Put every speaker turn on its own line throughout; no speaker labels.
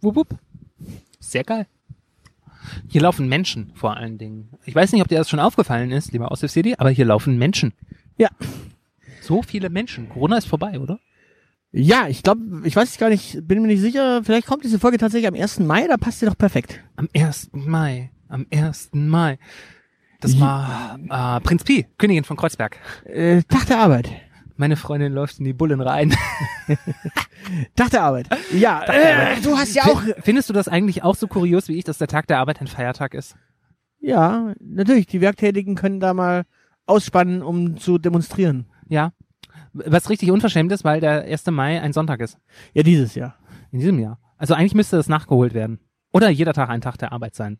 Wup, wup. Sehr geil. Hier laufen Menschen vor allen Dingen. Ich weiß nicht, ob dir das schon aufgefallen ist, lieber Aussif CD, aber hier laufen Menschen.
Ja.
So viele Menschen. Corona ist vorbei, oder?
Ja, ich glaube, ich weiß es gar nicht, bin mir nicht sicher, vielleicht kommt diese Folge tatsächlich am 1. Mai, da passt sie doch perfekt.
Am 1. Mai. Am 1. Mai. Das war äh, Prinz Pi, Königin von Kreuzberg.
Äh, Tag der Arbeit.
Meine Freundin läuft in die Bullen rein.
Tag der Arbeit. Ja, äh, du hast ja auch.
Findest du das eigentlich auch so kurios wie ich, dass der Tag der Arbeit ein Feiertag ist?
Ja, natürlich, die Werktätigen können da mal ausspannen, um zu demonstrieren.
Ja. Was richtig unverschämt ist, weil der 1. Mai ein Sonntag ist.
Ja, dieses Jahr.
In diesem Jahr. Also eigentlich müsste das nachgeholt werden. Oder jeder Tag ein Tag der Arbeit sein.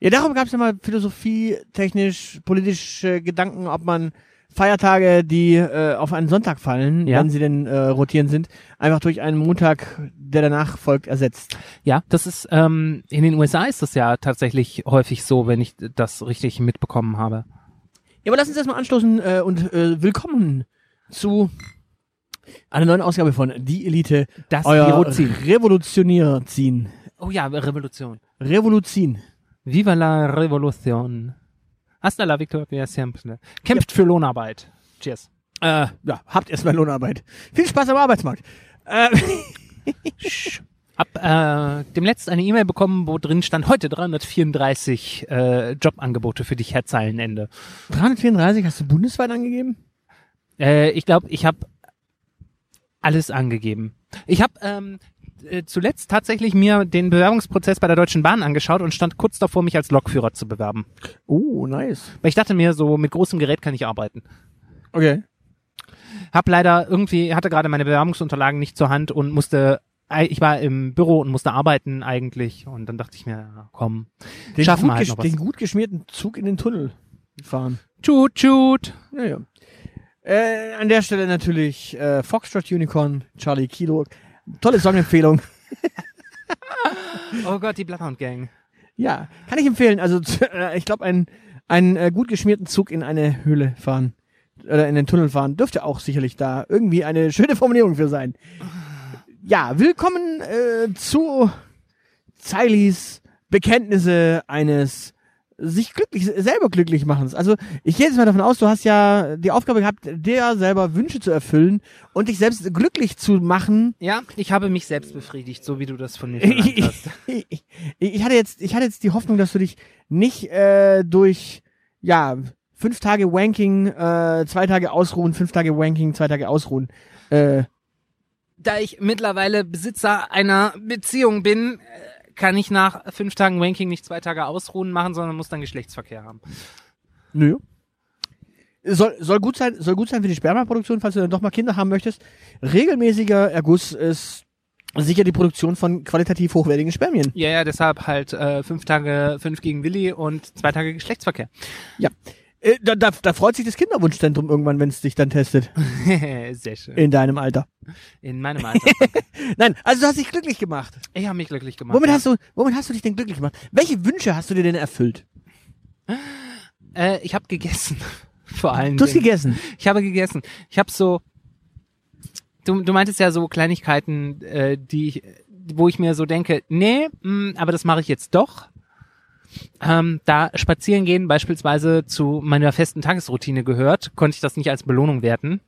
Ja, darum gab es ja mal Philosophie, technisch, politisch äh, Gedanken, ob man Feiertage, die äh, auf einen Sonntag fallen,
Ja.
wenn sie denn äh, rotieren sind, einfach durch einen Montag, der danach folgt, ersetzt.
Ja, das ist ähm, in den USA ist das ja tatsächlich häufig so, wenn ich das richtig mitbekommen habe.
Ja, aber lass uns erstmal anstoßen äh, und äh, willkommen zu einer neuen Ausgabe von Die Elite.
Das
Euer
Tirozin.
Revolutionierziehen.
Oh ja, Revolution.
Revolution.
Viva la Revolution. Hasta la victoria siempre. Kämpft für Lohnarbeit. Cheers.
Äh, ja, habt erstmal Lohnarbeit. Viel Spaß am Arbeitsmarkt. Äh,
Hab äh, dem letzten eine E-Mail bekommen, wo drin stand heute 334 äh, Jobangebote für dich, Herr Zeilenende.
334 hast du bundesweit angegeben?
Äh, ich glaube, ich habe alles angegeben. Ich habe ähm, äh, zuletzt tatsächlich mir den Bewerbungsprozess bei der Deutschen Bahn angeschaut und stand kurz davor, mich als Lokführer zu bewerben.
Oh, nice.
Weil ich dachte mir, so mit großem Gerät kann ich arbeiten.
Okay.
Hab leider irgendwie, hatte gerade meine Bewerbungsunterlagen nicht zur Hand und musste, ich war im Büro und musste arbeiten eigentlich. Und dann dachte ich mir, ja, komm,
Den,
Schaffen
gut,
wir halt
gesch-
noch was.
den gut geschmierten Zug in den Tunnel fahren.
tschut, tschut.
Ja, ja. Äh, an der Stelle natürlich äh, Foxtrot Unicorn, Charlie Kilo. Tolle Songempfehlung.
Oh Gott, die Bloodhound Gang.
Ja, kann ich empfehlen. Also z- äh, ich glaube, einen, einen äh, gut geschmierten Zug in eine Höhle fahren oder in den Tunnel fahren dürfte auch sicherlich da irgendwie eine schöne Formulierung für sein. Ja, willkommen äh, zu Zeilis Bekenntnisse eines sich glücklich selber glücklich machens. Also ich gehe jetzt mal davon aus, du hast ja die Aufgabe gehabt, dir selber Wünsche zu erfüllen und dich selbst glücklich zu machen
Ja, ich habe mich selbst befriedigt, so wie du das von mir
ich,
verlangt hast.
ich- ich, ich hatte jetzt, ich hatte jetzt die Hoffnung, dass du dich nicht äh, durch ja fünf Tage Wanking, äh, zwei Tage ausruhen, fünf Tage Wanking, zwei Tage ausruhen. Äh,
da ich mittlerweile Besitzer einer Beziehung bin, äh, kann ich nach fünf Tagen Wanking nicht zwei Tage ausruhen machen, sondern muss dann Geschlechtsverkehr haben.
nö. Soll, soll gut sein, soll gut sein für die Spermaproduktion, falls du dann doch mal Kinder haben möchtest. Regelmäßiger Erguss ist sicher die Produktion von qualitativ hochwertigen Spermien.
Ja, ja, deshalb halt äh, fünf Tage, fünf gegen Willi und zwei Tage Geschlechtsverkehr.
Äh, da, da, da freut sich das Kinderwunschzentrum irgendwann, wenn es dich dann testet
Sehr schön.
in deinem Alter.
In meinem Alter.
Nein, also du hast dich glücklich gemacht.
Ich habe mich glücklich gemacht.
Womit
ja.
hast, du, womit hast du dich denn glücklich gemacht? Welche Wünsche hast du dir denn erfüllt?
äh, ich habe gegessen. Vor allen
Du hast
Dingen.
gegessen.
Ich habe gegessen. Ich habe so. Du, du meintest ja so Kleinigkeiten, äh, die ich, wo ich mir so denke, nee, mh, aber das mache ich jetzt doch. Ähm, da spazieren gehen beispielsweise zu meiner festen Tagesroutine gehört, konnte ich das nicht als Belohnung werten.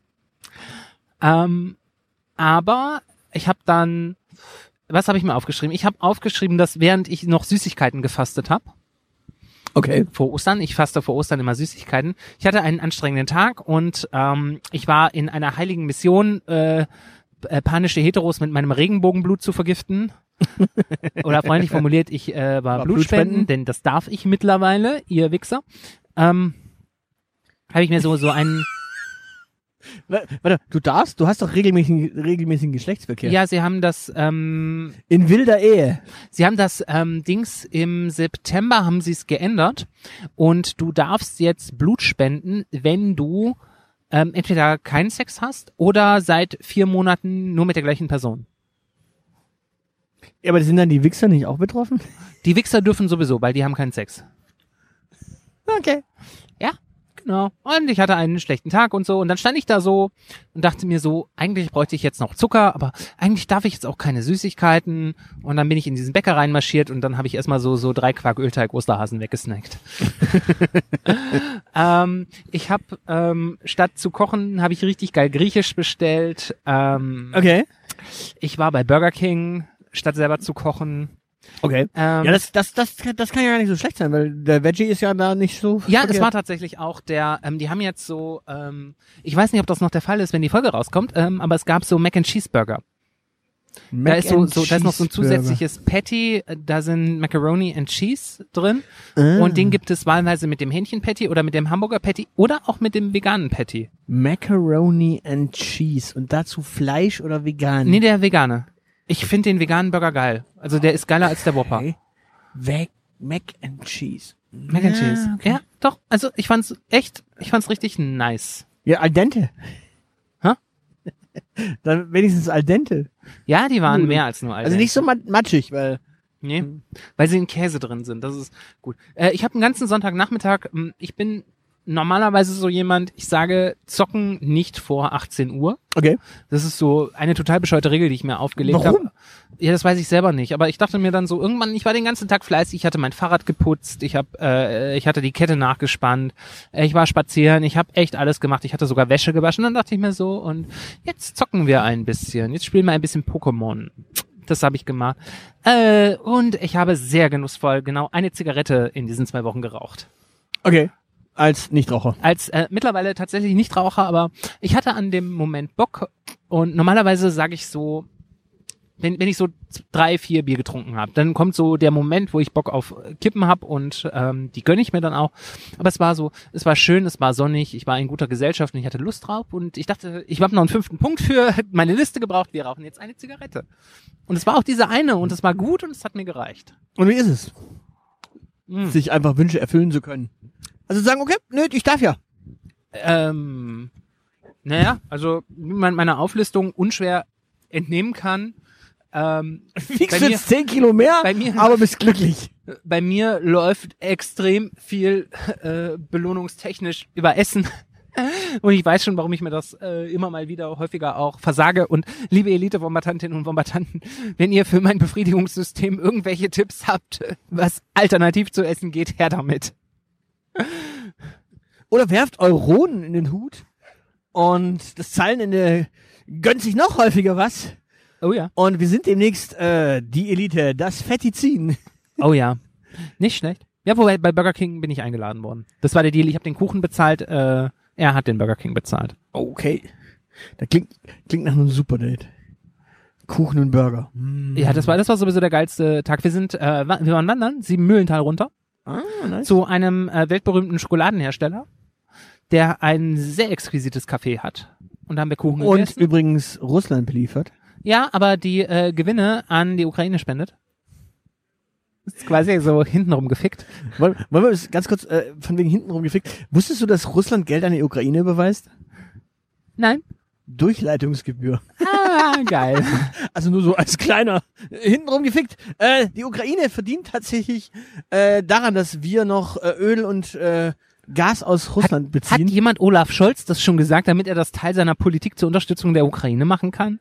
Ähm, aber ich habe dann, was habe ich mir aufgeschrieben? Ich habe aufgeschrieben, dass während ich noch Süßigkeiten gefastet habe,
Okay.
vor Ostern. Ich faste vor Ostern immer Süßigkeiten. Ich hatte einen anstrengenden Tag und ähm, ich war in einer heiligen Mission, äh, äh, panische Heteros mit meinem Regenbogenblut zu vergiften. Oder freundlich formuliert, ich äh, war,
War
Blutspenden,
Blutspenden.
denn das darf ich mittlerweile, ihr Wichser. Ähm, habe ich mir so so einen
Wa- Warte, du darfst? Du hast doch regelmäßigen, regelmäßigen Geschlechtsverkehr.
ja sie haben das ähm,
In wilder Ehe.
Sie haben das ähm, Dings im September haben sie es geändert und du darfst jetzt Blut spenden, wenn du ähm, entweder keinen Sex hast oder seit vier Monaten nur mit der gleichen Person.
Ja, aber sind dann die Wichser nicht auch betroffen?
Die Wichser dürfen sowieso, weil die haben keinen Sex.
Okay.
Ja, genau. Und ich hatte einen schlechten Tag und so. Und dann stand ich da so und dachte mir so, eigentlich bräuchte ich jetzt noch Zucker, aber eigentlich darf ich jetzt auch keine Süßigkeiten. Und dann bin ich in diesen Bäcker reinmarschiert und dann habe ich erstmal so, so drei Quark Ölteig Osterhasen weggesnackt. ähm, ich habe ähm, statt zu kochen, habe ich richtig geil Griechisch bestellt. Ähm,
Okay.
Ich war bei Burger King, statt selber zu kochen.
Okay.
Ähm,
Ja, das, das, das, das kann ja gar nicht so schlecht sein, weil der Veggie ist ja da nicht so.
Ja, es
verkehrt.
war tatsächlich auch der, ähm, die haben jetzt so, ähm, ich weiß nicht, ob das noch der Fall ist, wenn die Folge rauskommt, ähm, aber es gab so Mac and Cheeseburger.
Mac
Da ist so,
and
so, da ist noch so ein
Cheeseburger.
zusätzliches Patty, äh, da sind Macaroni and Cheese drin
Ah.
und den gibt es wahlweise mit dem Hähnchen-Patty oder mit dem Hamburger-Patty oder auch mit dem veganen Patty.
Macaroni and Cheese und dazu Fleisch oder vegan.
Nee, der vegane. Ich finde den veganen Burger geil. Also der ist geiler als der Whopper.
okay. Weg, Mac and Cheese.
Mac and Cheese.
Ja, Ah, okay.
Ja, doch. Also ich fand's echt, ich fand's richtig nice.
Ja, al dente.
Hä?
Dann wenigstens al dente.
Ja, die waren
Nudeln.
mehr als nur
Also
Al dente.
nicht so mat- matschig, weil
Nee, Hm. weil sie in Käse drin sind. Das ist gut. Äh, ich habe einen ganzen Sonntagnachmittag, mh, ich bin normalerweise so jemand, ich sage zocken nicht vor 18 Uhr.
Okay.
Das ist so eine total bescheuerte Regel, die ich mir aufgelegt habe.
Warum?
Ja, das weiß ich selber nicht. Aber ich dachte mir dann so, irgendwann, ich war den ganzen Tag fleißig, ich hatte mein Fahrrad geputzt, ich hab, äh, ich hatte die Kette nachgespannt, äh, ich war spazieren, ich habe echt alles gemacht, ich hatte sogar Wäsche gewaschen. Dann dachte ich mir so, und jetzt zocken wir ein bisschen, jetzt spielen wir ein bisschen Pokémon. Das habe ich gemacht. Äh, und ich habe sehr genussvoll genau eine Zigarette in diesen zwei Wochen geraucht.
Okay. Als Nichtraucher.
Als äh, mittlerweile tatsächlich Nichtraucher, aber ich hatte an dem Moment Bock und normalerweise sage ich so, wenn, wenn ich so z- drei, vier Bier getrunken habe, dann kommt so der Moment, wo ich Bock auf äh, Kippen habe und ähm, die gönne ich mir dann auch. Aber es war so, es war schön, es war sonnig, ich war in guter Gesellschaft und ich hatte Lust drauf und ich dachte, ich habe noch einen fünften Punkt für meine Liste gebraucht, wir rauchen jetzt eine Zigarette. Und es war auch diese eine und es war gut und es hat mir gereicht.
Und wie ist es?
Mm.
Sich einfach Wünsche erfüllen zu können. Also sagen, okay, nö, ich darf ja.
Ähm, naja, also wie man meiner Auflistung unschwer entnehmen kann, ähm,
Wiegst
Bei mir-
jetzt 10 Kilo mehr,
bei mir-
aber bist glücklich.
bei mir läuft extrem viel äh, belohnungstechnisch über Essen. Und ich weiß schon, warum ich mir das äh, immer mal wieder häufiger auch versage. Und liebe Elite-Bombardantinnen und Bombardanten, wenn ihr für mein Befriedigungssystem irgendwelche Tipps habt, was alternativ zu essen geht, her damit.
Oder werft Euronen in den Hut und das Zeilenende gönnt sich noch häufiger was.
Oh ja.
Und wir sind demnächst äh, die Elite, das Fettizin.
Oh ja, nicht schlecht. Ja, wobei bei Burger King bin ich eingeladen worden. Das war der Deal. Ich habe den Kuchen bezahlt. Äh, er hat den Burger King bezahlt.
Okay. Das klingt, klingt nach einem Superdate. Kuchen und Burger.
Ja, das war das war sowieso der geilste Tag. Wir sind, äh, wa- wir waren wandern, sieben Mühlental runter
Ah, nice.
zu einem äh, weltberühmten Schokoladenhersteller, der ein sehr exquisites Café hat. Und da haben wir Kuchen
Und
gegessen.
übrigens Russland beliefert.
Ja, aber die äh, Gewinne an die Ukraine spendet. Ist quasi so hintenrum gefickt.
Wollen, wollen wir das ganz kurz äh, von wegen hinten rumgefickt? Wusstest du, dass Russland Geld an die Ukraine überweist?
Nein.
Durchleitungsgebühr.
Ah, geil.
Also nur so als kleiner. Hintenrum gefickt. Äh, die Ukraine verdient tatsächlich äh, daran, dass wir noch äh, Öl und äh, Gas aus Russland
Hat
beziehen.
jemand Olaf Scholz das schon gesagt, damit er das Teil seiner Politik zur Unterstützung der Ukraine machen kann?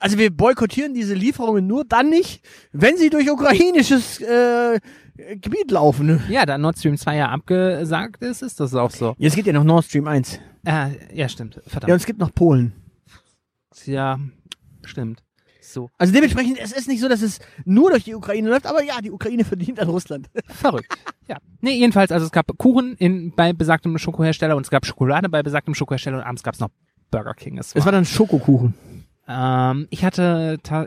Also wir boykottieren diese Lieferungen nur dann nicht, wenn sie durch ukrainisches äh, Gebiet laufen.
Ja, da Nord Stream 2 ja abgesagt ist, ist das auch so.
Jetzt geht ja noch Nord Stream 1.
Äh, ja, stimmt.
Ja, und
Verdammt.
es gibt noch Polen.
Ja, stimmt. So
Also dementsprechend, es ist nicht so, dass es nur durch die Ukraine läuft, aber ja, die Ukraine verdient an Russland.
verrückt. ja. Nee, jedenfalls, also es gab Kuchen in, bei besagtem Schokohersteller und es gab Schokolade bei besagtem Schokohersteller und abends gab es noch Burger King. Es war,
dann Schokokuchen.
ähm, ich hatte ta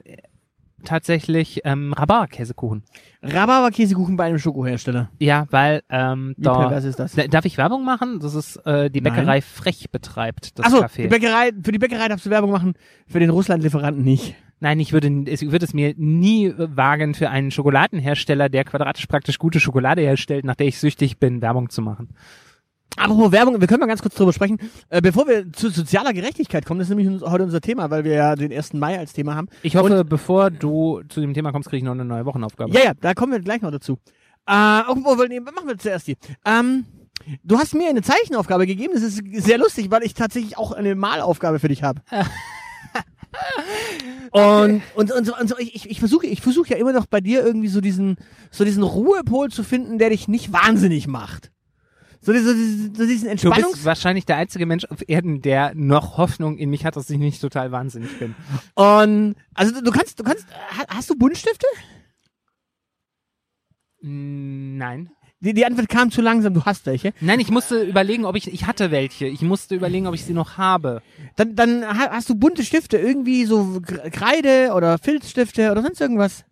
tatsächlich ähm, Rhabarber-Käsekuchen.
Rhabarber-Käsekuchen bei einem Schokohersteller.
Ja, weil ähm,
Wie
da,
pervers ist das?
Da- Darf ich Werbung machen? Das ist äh, die
Nein.
Bäckerei Frech betreibt das
Achso, die
Café.
Bäckerei, für die Bäckerei darfst du Werbung machen, für den Russland-Lieferanten nicht.
Nein, ich würde es, ich würde es mir nie äh, wagen, für einen Schokoladenhersteller, der quadratisch praktisch gute Schokolade herstellt, nach der ich süchtig bin, Werbung zu machen.
Apropos Werbung, wir können mal ganz kurz drüber sprechen. Äh, bevor wir zu sozialer Gerechtigkeit kommen, das ist nämlich uns, heute unser Thema, weil wir ja den 1. Mai als Thema haben.
Ich hoffe, bevor du zu dem Thema kommst, kriege ich noch eine neue Wochenaufgabe.
Ja, ja, da kommen wir gleich noch dazu. Äh, obwohl, nee, machen wir zuerst die. Ähm, du hast mir eine Zeichenaufgabe gegeben, das ist sehr lustig, weil ich tatsächlich auch eine Malaufgabe für dich habe.
Äh.
und, und, und, so, und so, ich, ich- ich versuche ich versuche ja immer noch bei dir irgendwie so diesen, so diesen Ruhepol zu finden, der dich nicht wahnsinnig macht. So, diese- so, diesen- so diesen
Du
Entspannungs...
bist wahrscheinlich der einzige Mensch auf Erden, der noch Hoffnung in mich hat, dass ich nicht total wahnsinnig bin.
Und also du, du kannst, du kannst, ha- hast du Buntstifte?
Mm, Nein.
Die, die Antwort kam zu langsam. Du hast welche.
Nein, ich musste überlegen, ob ich, ich hatte welche. Ich musste überlegen, ob ich sie noch habe.
Dann, dann ha- hast du bunte Stifte irgendwie so Gre- Kreide oder Filzstifte oder sonst irgendwas.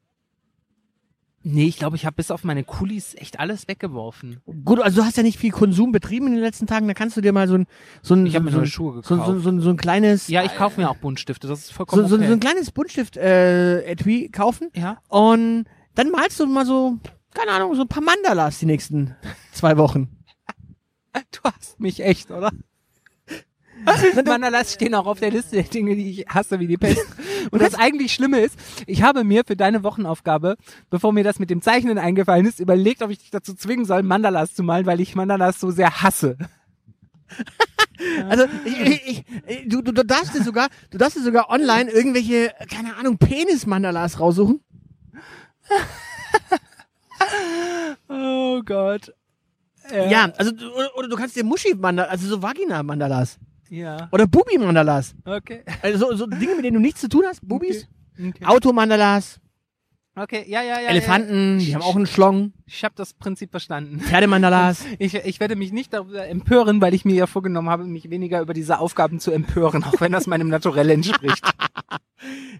Nee, ich glaube, ich habe bis auf meine Kulis echt alles weggeworfen.
Gut, also du hast ja nicht viel Konsum betrieben in den letzten Tagen. Da kannst du dir mal so ein, so ein,
Ich habe mir
so,
neue
ein-
Schuhe gekauft.
so, ein- so, ein- so, ein- so ein kleines,
Ja, ich kaufe mir auch Buntstifte, das ist vollkommen
so, so,
okay.
so ein kleines Buntstift äh, Etui kaufen
ja.
und dann malst du mal so, keine Ahnung, so ein paar Mandalas die nächsten zwei Wochen.
Du hast mich echt, oder? Mandalas stehen auch auf der Liste der Dinge, die ich hasse wie die Pest. Und das eigentlich Schlimme ist, ich habe mir für deine Wochenaufgabe, bevor mir das mit dem Zeichnen eingefallen ist, überlegt, ob ich dich dazu zwingen soll, Mandalas zu malen, weil ich Mandalas so sehr hasse.
Also ich, ich, ich, du, du, du darfst dir sogar, du darfst dir sogar online irgendwelche, keine Ahnung, Penis-Mandalas raussuchen.
Oh Gott.
Ja, also du- oder, oder du kannst dir Muschi-Mandalas, also so Vagina-Mandalas
Ja.
oder Bubi-Mandalas.
Okay.
Also so, so Dinge, mit denen du nichts zu tun hast. Bubis,
Okay.
Automandalas,
okay, ja, ja, ja. Ja.
Elefanten, die haben auch einen Schlong,
Ich habe das Prinzip verstanden.
Pferdemandalas.
Ich, ich werde mich nicht darüber empören, weil ich mir ja vorgenommen habe, mich weniger über diese Aufgaben zu empören, auch wenn das meinem Naturell entspricht.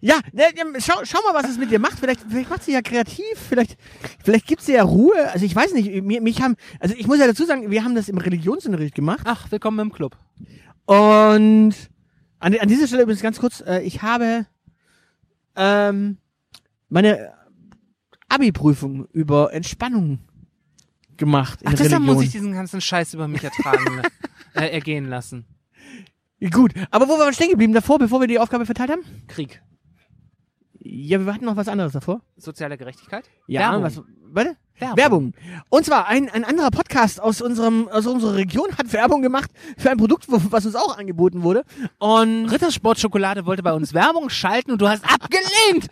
Ja, ne, ne, schau, schau mal, was es mit dir macht. Vielleicht, vielleicht macht sie ja kreativ, vielleicht, vielleicht gibt sie ja Ruhe. Also ich weiß nicht, mir, mich haben, also ich muss ja dazu sagen, wir haben das im Religionsunterricht gemacht.
Ach, willkommen im Club.
Und an, an dieser Stelle übrigens ganz kurz, äh, ich habe ähm, meine Abi-Prüfung über Entspannung gemacht in
Ach, deshalb
Religion.
muss ich diesen ganzen Scheiß über mich ertragen, äh, ergehen lassen.
Gut, aber wo waren wir stehen geblieben davor, bevor wir die Aufgabe verteilt haben?
Krieg.
Ja, wir hatten noch was anderes davor.
Soziale Gerechtigkeit?
Ja,
Werbung.
was, warte?
Werbung.
Werbung. Und zwar ein, ein anderer Podcast aus unserem aus unserer Region hat Werbung gemacht für ein Produkt, wo- was uns auch angeboten wurde. Und
Rittersport Schokolade wollte bei uns Werbung schalten und du hast abgelehnt.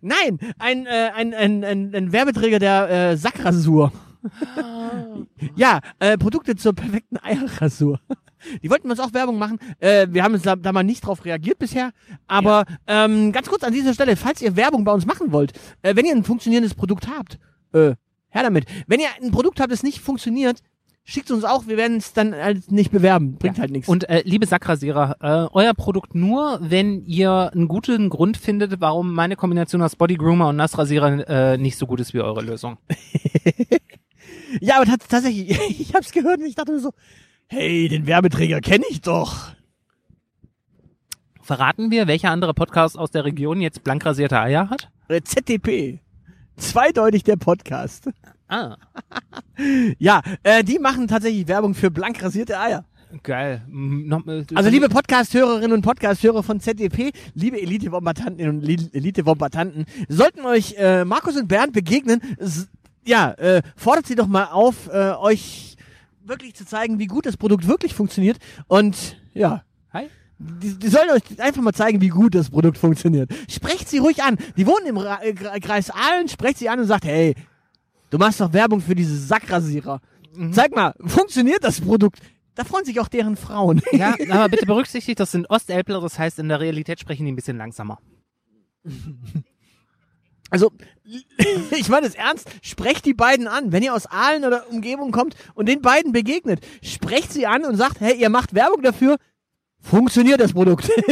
Nein, ein, äh, ein, ein, ein, ein Werbeträger der äh, Sackrasur. ja, äh, Produkte zur perfekten Eierrasur. Die wollten uns auch Werbung machen. Äh, wir haben uns da, da mal nicht drauf reagiert bisher. Aber ähm, ganz kurz an dieser Stelle, falls ihr Werbung bei uns machen wollt, äh, wenn ihr ein funktionierendes Produkt habt, äh, her damit. Wenn ihr ein Produkt habt, das nicht funktioniert, schickt uns auch. Wir werden es dann halt nicht bewerben. Bringt halt nichts.
Und äh, liebe Sackrasierer, äh, euer Produkt nur, wenn ihr einen guten Grund findet, warum meine Kombination aus Bodygroomer und Nassrasierer äh, nicht so gut ist wie eure Lösung.
Ja, aber tats tatsächlich, ich hab's gehört und ich dachte mir so, hey, den Werbeträger kenne ich doch.
Verraten wir, welcher andere Podcast aus der Region jetzt blank rasierte Eier hat?
Äh, ZDP. Zweideutig der Podcast.
Ah,
Ja, äh, die machen tatsächlich Werbung für blank rasierte Eier.
geil. Mm, noch- äh,
Also liebe Podcast-Hörerinnen und Podcast-Hörer von ZDP, liebe Elite-Wombatanten und Li- Elite-Wombatanten, sollten euch äh, Markus und Bernd begegnen, s- ja, äh, fordert sie doch mal auf, äh, euch wirklich zu zeigen, wie gut das Produkt wirklich funktioniert. Und ja,
Hi.
die, die sollen euch einfach mal zeigen, wie gut das Produkt funktioniert. Sprecht sie ruhig an. Die wohnen im Ra äh, Gra- Kreis Aalen, sprecht sie an und sagt, hey, du machst doch Werbung für diese Sackrasierer. Zeig mal, funktioniert das Produkt? Da freuen sich auch deren Frauen.
Ja, aber bitte berücksichtigt, das sind Ostelbler, das heißt, in der Realität sprechen die ein bisschen langsamer.
Also, ich meine es ernst, sprecht die beiden an. Wenn ihr aus Aalen oder Umgebung kommt und den beiden begegnet, sprecht sie an und sagt, hey, ihr macht Werbung dafür, funktioniert das Produkt.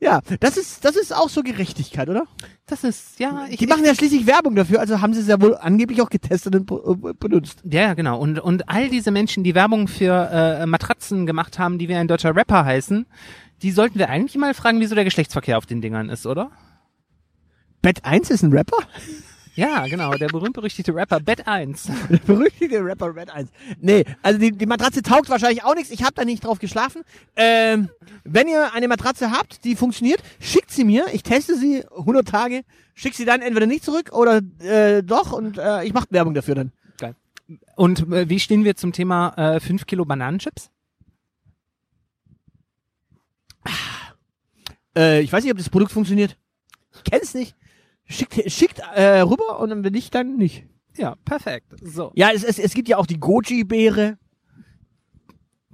ja, das ist, das ist auch so Gerechtigkeit, oder?
Das ist, ja, ich,
Die machen ja schließlich Werbung dafür, also haben sie es ja wohl angeblich auch getestet und be- äh, benutzt.
Ja, ja, genau. Und, und all diese Menschen, die Werbung für äh, Matratzen gemacht haben, die wie ein deutscher Rapper heißen, die sollten wir eigentlich mal fragen, wieso der Geschlechtsverkehr auf den Dingern ist, oder?
Bett 1 ist ein Rapper?
Ja, genau, der berühmt-berüchtigte Rapper Bett 1.
Der berüchtigte Rapper Red 1. Nee, also die, die Matratze taugt wahrscheinlich auch nichts. Ich habe da nicht drauf geschlafen. Ähm, wenn ihr eine Matratze habt, die funktioniert, schickt sie mir. Ich teste sie 100 Tage. Schick sie dann entweder nicht zurück oder äh, doch und äh, ich mache Werbung dafür dann.
Und äh, wie stehen wir zum Thema äh, 5 Kilo Bananenchips?
Äh, ich weiß nicht, ob das Produkt funktioniert. Ich kenn's nicht. Schickt, schickt äh, rüber und wenn nicht, dann nicht.
Ja, perfekt. So.
Ja, es, es, es gibt ja auch die Goji-Beere.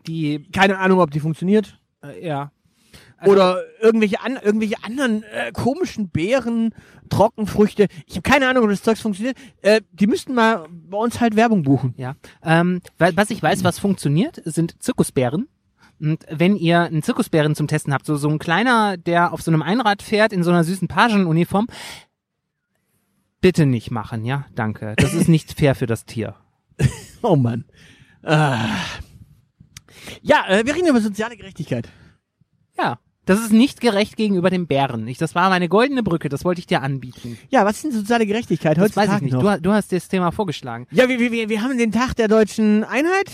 Die,
Keine Ahnung, ob die funktioniert.
äh, ja. Also-
Oder irgendwelche, an, irgendwelche anderen äh, komischen Beeren, Trockenfrüchte. Ich habe keine Ahnung, ob das Zeugs funktioniert. Äh, die müssten mal bei uns halt Werbung buchen.
Ja. Ähm, weil, was ich weiß, was funktioniert, sind Zirkusbären. Und wenn ihr einen Zirkusbären zum Testen habt, so, so ein kleiner, der auf so einem Einrad fährt in so einer süßen Pagenuniform, bitte nicht machen, ja? Danke. Das ist nicht fair für das Tier.
Oh Mann. Äh. Ja, äh, wir reden über soziale Gerechtigkeit.
Ja. Das ist nicht gerecht gegenüber dem Bären. Ich, das war meine goldene Brücke, das wollte ich dir anbieten.
Ja, was ist denn soziale Gerechtigkeit
Das
heutzutage
weiß ich nicht.
noch?
Du, du hast das Thema vorgeschlagen.
Ja, wir, wir- wir, wir haben den Tag der deutschen Einheit.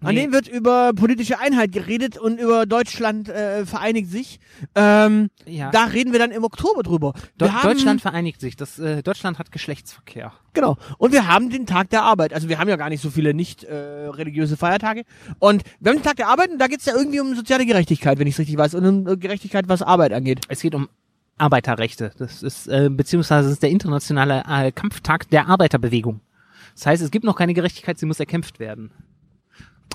An
Nee.
dem wird über politische Einheit geredet und über Deutschland äh, vereinigt sich. Ähm,
Ja.
Da reden wir dann im Oktober drüber.
Deu-
Wir haben-
Deutschland vereinigt sich. Das, äh, Deutschland hat Geschlechtsverkehr.
Genau. Und wir haben den Tag der Arbeit. Also wir haben ja gar nicht so viele nicht äh, religiöse Feiertage. Und wir haben den Tag der Arbeit und da geht's ja irgendwie um soziale Gerechtigkeit, wenn ich's richtig weiß. Und um äh, Gerechtigkeit, was Arbeit angeht.
Es geht um Arbeiterrechte. Das ist äh, beziehungsweise es ist der internationale äh, Kampftag der Arbeiterbewegung. Das heißt, es gibt noch keine Gerechtigkeit, sie muss erkämpft werden.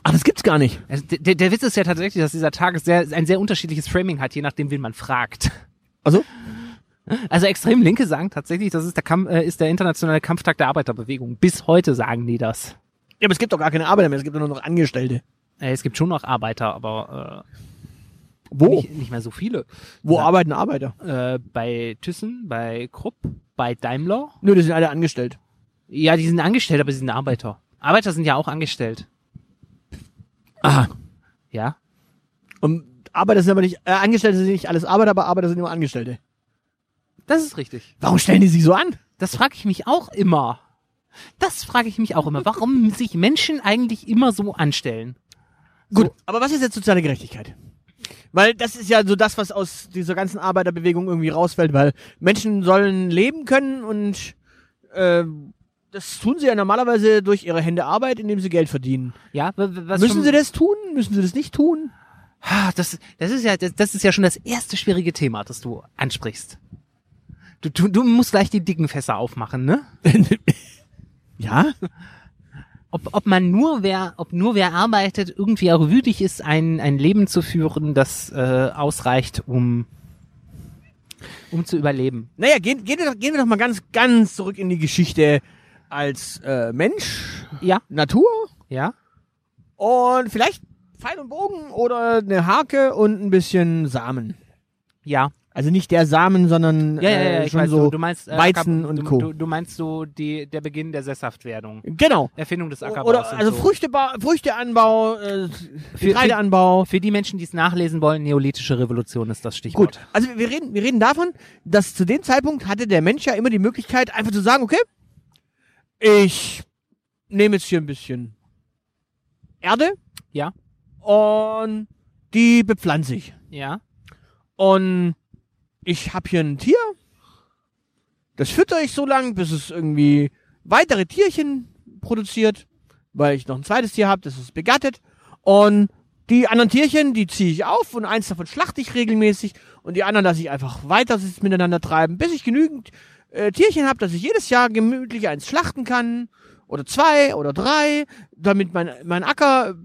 Ach, Ah, das gibt's gar nicht.
Also, der- der, der Witz ist ja tatsächlich, dass dieser Tag sehr, ein sehr unterschiedliches Framing hat, je nachdem, wen man fragt.
Also?
Also extrem Linke sagen tatsächlich, das ist der, Kampf, äh, ist der internationale Kampftag der Arbeiterbewegung. Bis heute sagen die das.
Ja, aber es gibt doch gar keine Arbeit mehr, es gibt nur noch Angestellte.
Äh, es gibt schon noch Arbeiter, aber äh,
Wo?
nicht, nicht mehr so viele.
Wo arbeiten Arbeiter?
Äh, bei Thyssen, bei Krupp, bei Daimler.
Nö, die sind alle angestellt.
Ja, die sind angestellt, aber sie sind Arbeiter. Arbeiter sind ja auch angestellt.
Aha.
Ja.
Und Arbeiter sind aber nicht, äh, Angestellte sind nicht alles Arbeiter, aber Arbeiter sind nur Angestellte.
Das ist richtig.
Warum stellen die sich so an?
Das frage ich mich auch immer. Das frage ich mich auch immer. Warum sich Menschen eigentlich immer so anstellen?
Gut, aber was ist jetzt soziale Gerechtigkeit? Weil das ist ja so das, was aus dieser ganzen Arbeiterbewegung irgendwie rausfällt, weil Menschen sollen leben können und äh, das tun sie ja normalerweise durch ihre Hände Arbeit, indem sie Geld verdienen.
Ja, w- w- was
Müssen
schon-
sie das tun? Müssen sie das nicht tun?
Ah, das, das ist ja, das, das ist ja schon das erste schwierige Thema, das du ansprichst. Du, du, du musst gleich die dicken Fässer aufmachen, ne?
Ja?
Ob, ob man nur wer, ob nur wer arbeitet, irgendwie auch würdig ist, ein, ein Leben zu führen, das äh, ausreicht, um, um zu überleben.
Naja, gehen, gehen, wir doch, gehen wir doch mal ganz, ganz zurück in die Geschichte als äh, Mensch,
Ja,
Natur
ja.
und vielleicht Pfeil und Bogen oder eine Hake und ein bisschen Samen.
Ja,
Also nicht der Samen, sondern
ja, ja, ja,
äh,
ich
schon
weiß,
so
du, du meinst äh,
Weizen
Kap-
und
du,
Co.
Du, du meinst so die, der Beginn der Sesshaftwerdung,
Genau.
Erfindung des Ackerbaus.
Oder
und
also
so.
Früchteba Früchteanbau, äh,
für-
Getreideanbau.
Für die Menschen, die es nachlesen wollen, neolithische Revolution ist das Stichwort.
Gut, also wir reden, wir reden davon, dass zu dem Zeitpunkt hatte der Mensch ja immer die Möglichkeit, einfach zu sagen, okay, ich nehme jetzt hier ein bisschen Erde
Ja,
und die bepflanze ich.
ja,
Und ich habe hier ein Tier, das fütter ich so lange, bis es irgendwie weitere Tierchen produziert, weil ich noch ein zweites Tier habe, das ist begattet. Und die anderen Tierchen, die ziehe ich auf und eins davon schlachte ich regelmäßig und die anderen lasse ich einfach weiter sich miteinander treiben, bis ich genügend äh, Tierchen habe, dass ich jedes Jahr gemütlich eins schlachten kann oder zwei oder drei, damit mein, mein Acker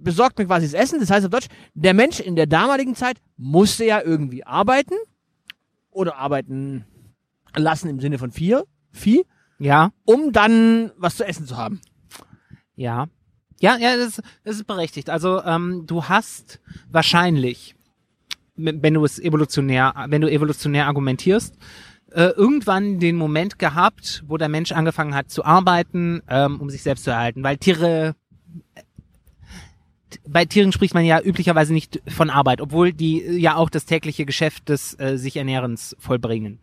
besorgt mir quasi das Essen. Das heißt auf Deutsch, der Mensch in der damaligen Zeit musste ja irgendwie arbeiten oder arbeiten lassen im Sinne von vier, Vieh,
Ja,
um dann was zu essen zu haben.
ja. Ja, ja, das, das ist berechtigt. Also ähm, du hast wahrscheinlich, m- wenn du es evolutionär, wenn du evolutionär argumentierst, äh, irgendwann den Moment gehabt, wo der Mensch angefangen hat zu arbeiten, ähm, um sich selbst zu erhalten. Weil Tiere, bei Tieren spricht man ja üblicherweise nicht von Arbeit, obwohl die äh, ja auch das tägliche Geschäft des äh, sich Ernährens vollbringen.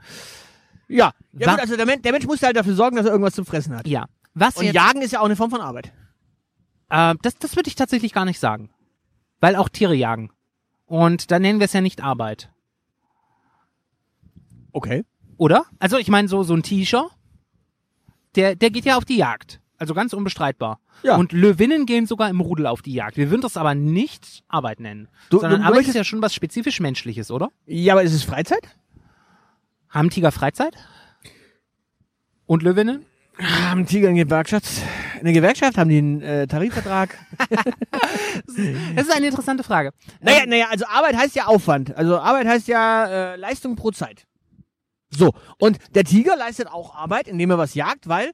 Ja, ja
Wa-
gut, also der, Men der Mensch musste halt dafür sorgen, dass er irgendwas zum Fressen hat.
Ja. Was
Und
jetzt,
Jagen ist ja auch eine Form von Arbeit.
äh, das, das würde ich tatsächlich gar nicht sagen. Weil auch Tiere jagen. Und dann nennen wir es ja nicht Arbeit.
Okay.
Oder? Also ich meine, so, so ein T-Shirt, der, der geht ja auf die Jagd. Also ganz unbestreitbar.
Ja.
Und Löwinnen gehen sogar im Rudel auf die Jagd. Wir würden das aber nicht Arbeit nennen.
Du-
sondern
du
Arbeit ist
möchtest-
ja schon was spezifisch Menschliches, oder?
Ja, aber ist es Freizeit?
Haben Tiger Freizeit? Und Löwinnen?
Haben Ah, Tiger eine Gewerkschaft? Eine Gewerkschaft? Haben die einen äh, Tarifvertrag?
Das ist eine interessante Frage.
naja,
Ähm.
naja, also Arbeit heißt ja Aufwand. Also Arbeit heißt ja äh, Leistung pro Zeit. So, und der Tiger leistet auch Arbeit, indem er was jagt, weil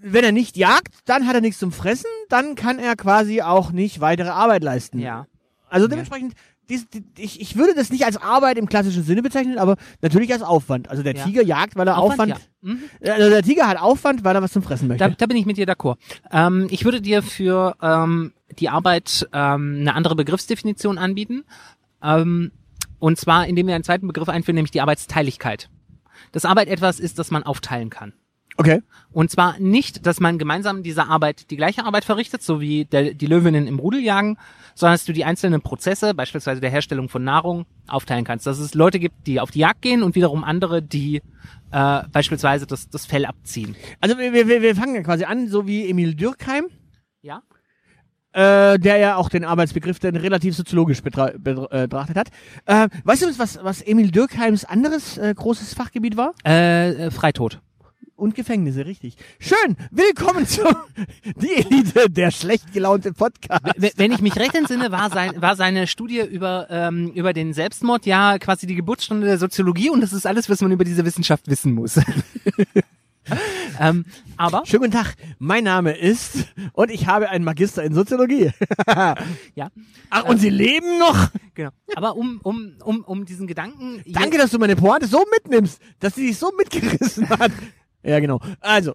wenn er nicht jagt, dann hat er nichts zum Fressen, dann kann er quasi auch nicht weitere Arbeit leisten.
Ähm, Ja.
Also dementsprechend, dies, die, ich, ich würde das nicht als Arbeit im klassischen Sinne bezeichnen, aber natürlich als Aufwand. Also der
Ja.
Tiger jagt, weil er Aufwand.
ja. Mhm.
Also der Tiger hat Aufwand, weil er was zum Fressen möchte.
Da, da bin ich mit dir d'accord. Ähm, ich würde dir für ähm, die Arbeit ähm, eine andere Begriffsdefinition anbieten. Ähm, und zwar, indem wir einen zweiten Begriff einführen, nämlich die Arbeitsteiligkeit. Dass Arbeit etwas ist, das man aufteilen kann.
okay.
Und zwar nicht, dass man gemeinsam dieser Arbeit die gleiche Arbeit verrichtet, so wie der, die Löwinnen im Rudel jagen, sondern dass du die einzelnen Prozesse, beispielsweise der Herstellung von Nahrung, aufteilen kannst. Dass es Leute gibt, die auf die Jagd gehen und wiederum andere, die äh, beispielsweise das, das Fell abziehen.
Also wir, wir, wir- wir fangen ja quasi an, so wie Emil Dürkheim,
Ja?
äh, der ja auch den Arbeitsbegriff dann relativ soziologisch betra betra- äh, betrachtet hat. Äh, weißt du, was, was Emil Dürkheims anderes äh, großes Fachgebiet war?
Äh, äh, Freitod.
Und Gefängnisse, richtig. Schön, willkommen zu Die Elite, der schlecht gelaunte Podcast.
W- Wenn ich mich recht entsinne, war, sein, war seine Studie über, ähm, über den Selbstmord ja quasi die Geburtsstunde der Soziologie und das ist alles, was man über diese Wissenschaft wissen muss. ähm, aber,
Schönen guten Tag, mein Name ist und ich habe einen Magister in Soziologie.
ja,
Ach, und Sie leben noch?
genau. aber um, um, um, um diesen Gedanken.
Danke, dass du meine Pointe so mitnimmst, dass sie dich so mitgerissen hat. Ja, genau. Also,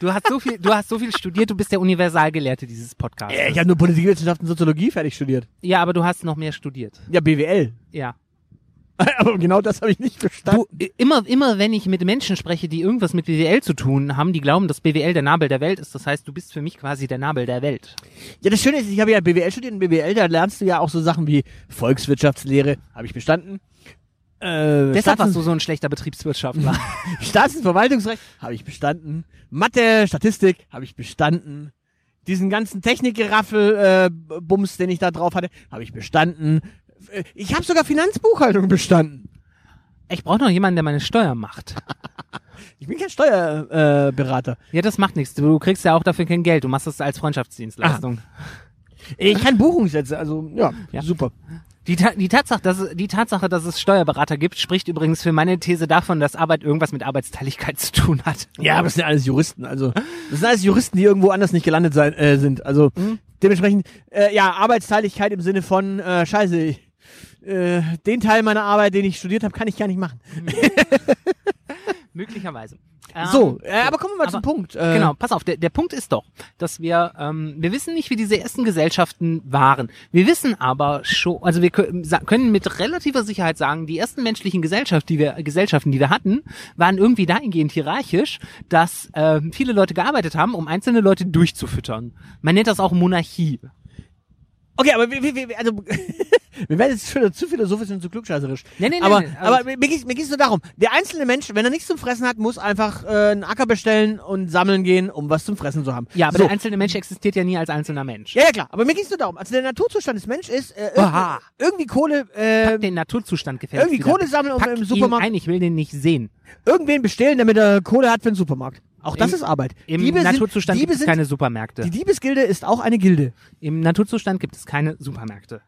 Du hast so viel, du hast so viel studiert, du bist der Universalgelehrte dieses Podcasts.
ich habe nur Politikwissenschaften und Soziologie fertig studiert.
Ja, aber du hast noch mehr studiert.
Ja, BWL.
Ja.
Aber genau das habe ich nicht verstanden.
Du, i- immer, immer wenn ich mit Menschen spreche, die irgendwas mit BWL zu tun haben, die glauben, dass BWL der Nabel der Welt ist. Das heißt, du bist für mich quasi der Nabel der Welt.
Ja, das Schöne ist, ich habe ja BWL studiert. In BWL, da lernst du ja auch so Sachen wie Volkswirtschaftslehre, habe ich bestanden. Äh,
Deshalb
Staats-
warst du so ein schlechter Betriebswirtschaftler.
Staats- und Verwaltungsrecht habe ich bestanden. Mathe, Statistik habe ich bestanden. Diesen ganzen Technikgeraffel äh, Bums, den ich da drauf hatte, habe ich bestanden. Äh, Ich habe sogar Finanzbuchhaltung bestanden.
Ich brauche noch jemanden, der meine Steuer macht.
Ich bin kein Steuerberater. Äh, Berater.
Ja, das macht nichts. Du kriegst ja auch dafür kein Geld. Du machst das als Freundschaftsdienstleistung.
Ah. ich kann Buchungssätze, also ja,
Ja.
super.
Die, Ta die, Tatsache, dass, die Tatsache, dass es Steuerberater gibt, spricht übrigens für meine These davon, dass Arbeit irgendwas mit Arbeitsteiligkeit zu tun hat.
Ja, aber das sind ja alles Juristen. Also das sind alles Juristen, die irgendwo anders nicht gelandet sein, äh, sind. Also
Mhm.
dementsprechend äh, ja Arbeitsteiligkeit im Sinne von äh, Scheiße. ich- Äh, den Teil meiner Arbeit, den ich studiert habe, kann ich gar nicht machen.
Möglicherweise. Ähm,
so, äh, aber kommen wir mal
aber-
zum Punkt. Äh,
Genau, pass auf, der, der Punkt ist doch, dass wir, ähm, wir wissen nicht, wie diese ersten Gesellschaften waren. Wir wissen aber schon, also wir kö- sa- können mit relativer Sicherheit sagen, die ersten menschlichen Gesellschaft, die wir, Gesellschaften, die wir hatten, waren irgendwie dahingehend hierarchisch, dass ähm, viele Leute gearbeitet haben, um einzelne Leute durchzufüttern. Man nennt das auch Monarchie.
Okay, aber wir, wir, wir, also, wir werden jetzt schon zu philosophisch und zu klugscheißerisch.
Nee, nee, nee,
aber,
nee, also-
aber mir geht's mir geht's nur darum, der einzelne Mensch, wenn er nichts zum Fressen hat, muss einfach äh, einen Acker bestellen und sammeln gehen, um was zum Fressen zu haben.
Ja, aber
so.
der einzelne Mensch existiert ja nie als einzelner Mensch.
Ja, ja, klar. Aber mir ging's nur darum. Also der Naturzustand des Menschen ist äh,
Aha.
irgendwie, irgendwie Kohle, äh,
Pack den Naturzustand gefällt.
irgendwie Kohle sammeln, um
Pack
im
ihn
Supermarkt
ein, ich will den nicht sehen.
irgendwen bestehlen, damit er Kohle hat für den Supermarkt. Auch das
Im-
ist Arbeit.
Im
Diebe sind-
Naturzustand
Diebe
gibt es
sind,
keine Supermärkte.
Die Diebesgilde ist auch eine Gilde.
Im Naturzustand gibt es keine Supermärkte.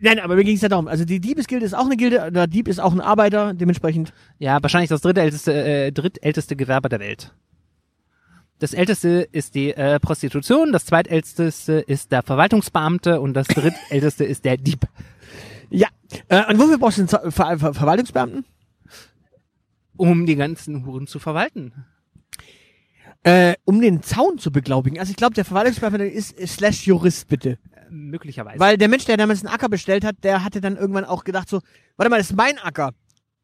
Nein, aber mir ging es ja darum. Also die Diebesgilde ist auch eine Gilde, der Dieb ist auch ein Arbeiter, dementsprechend.
Ja, wahrscheinlich das drittälteste, äh, drittälteste Gewerbe der Welt. Das älteste ist die äh, Prostitution, das zweitälteste ist der Verwaltungsbeamte und das drittälteste ist der Dieb.
Ja. Äh, und wofür brauchst du einen Ver Ver Ver Verwaltungsbeamten?
Um die ganzen Huren zu verwalten.
Äh, um den Zaun zu beglaubigen. Also ich glaube, der Verwaltungsbeamte ist ist slash Jurist, bitte.
Äh, möglicherweise.
Weil der Mensch, der damals einen Acker bestellt hat, der hatte dann irgendwann auch gedacht so, warte mal, das ist mein Acker.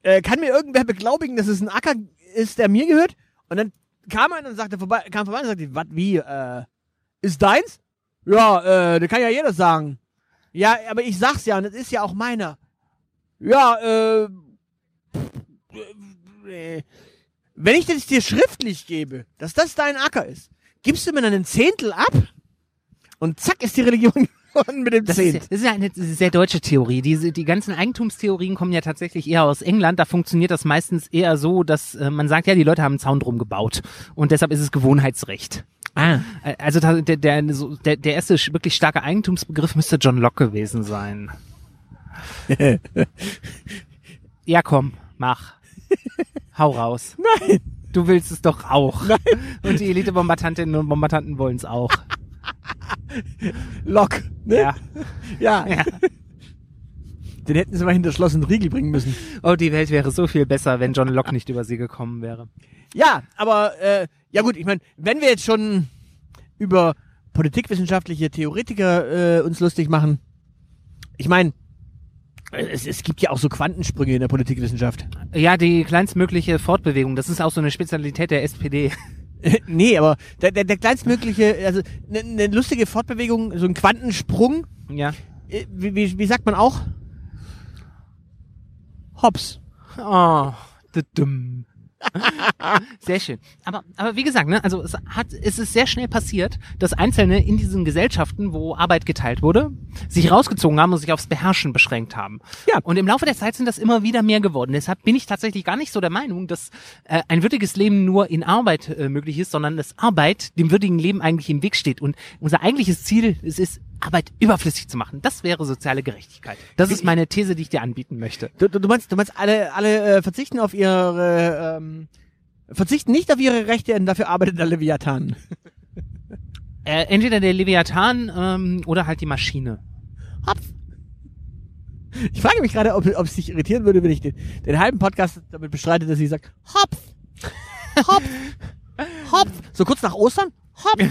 Äh, kann mir irgendwer beglaubigen, dass es ein Acker ist, der mir gehört? Und dann kam er und sagte vorbei, kam vorbei und sagte, was, wie, äh, ist deins? Ja, äh, da kann ja jeder sagen. Ja, aber ich sag's ja und das ist ja auch meiner. Ja, äh, äh, wenn ich das dir schriftlich gebe, dass das dein Acker ist, gibst du mir dann ein Zehntel ab und zack ist die Religion geworden mit dem
das ist, ja-
Zehnt.
das ist ja eine sehr deutsche Theorie. Diese, die ganzen Eigentumstheorien kommen ja tatsächlich eher aus England. Da funktioniert das meistens eher so, dass äh, man sagt, ja, die Leute haben einen Zaun drum gebaut. Und deshalb ist es Gewohnheitsrecht.
Ah.
Äh, Also ta- der, der, so- der, der erste sch- wirklich starke Eigentumsbegriff müsste John Locke gewesen sein. ja, komm, mach. Hau raus. Nein. Du willst es doch auch. Nein. Und die Elite-Bombardantinnen und Bombardanten wollen es auch.
Lock. Ne?
ja.
Ja.
ja.
Den hätten sie mal hinter Schloss und Riegel bringen müssen.
Oh, die Welt wäre so viel besser, wenn John Locke nicht über sie gekommen wäre.
Ja, aber äh, ja gut, ich meine, wenn wir jetzt schon über politikwissenschaftliche Theoretiker äh, uns lustig machen, ich meine, es, es gibt ja auch so Quantensprünge in der Politikwissenschaft.
Ja, die kleinstmögliche Fortbewegung, das ist auch so eine Spezialität der SPD.
nee, aber der, der, der kleinstmögliche, also eine ne lustige Fortbewegung, so ein Quantensprung,
Ja.
äh, wie, wie, wie sagt man auch? Hops.
Oh, the dumm. sehr schön. Aber, aber wie gesagt, ne, also es hat, es ist sehr schnell passiert, dass Einzelne in diesen Gesellschaften, wo Arbeit geteilt wurde, sich rausgezogen haben und sich aufs Beherrschen beschränkt haben.
Ja.
Und im Laufe der Zeit sind das immer wieder mehr geworden. Deshalb bin ich tatsächlich gar nicht so der Meinung, dass äh, ein würdiges Leben nur in Arbeit äh, möglich ist, sondern dass Arbeit dem würdigen Leben eigentlich im Weg steht. Und unser eigentliches Ziel es ist, Arbeit überflüssig zu machen. Das wäre soziale Gerechtigkeit. Das ist meine These, die ich dir anbieten möchte.
Du, du, du meinst, du meinst alle, alle äh, verzichten auf ihre, ähm, verzichten nicht auf ihre Rechte, denn dafür arbeitet der Leviathan.
Äh, entweder der Leviathan ähm, oder halt die Maschine.
Hops. Ich frage mich gerade, ob, ob es dich irritieren würde, wenn ich den, den halben Podcast damit bestreite, dass ich sage, Hopf, Hopf, Hopf. So kurz nach Ostern, Hopf.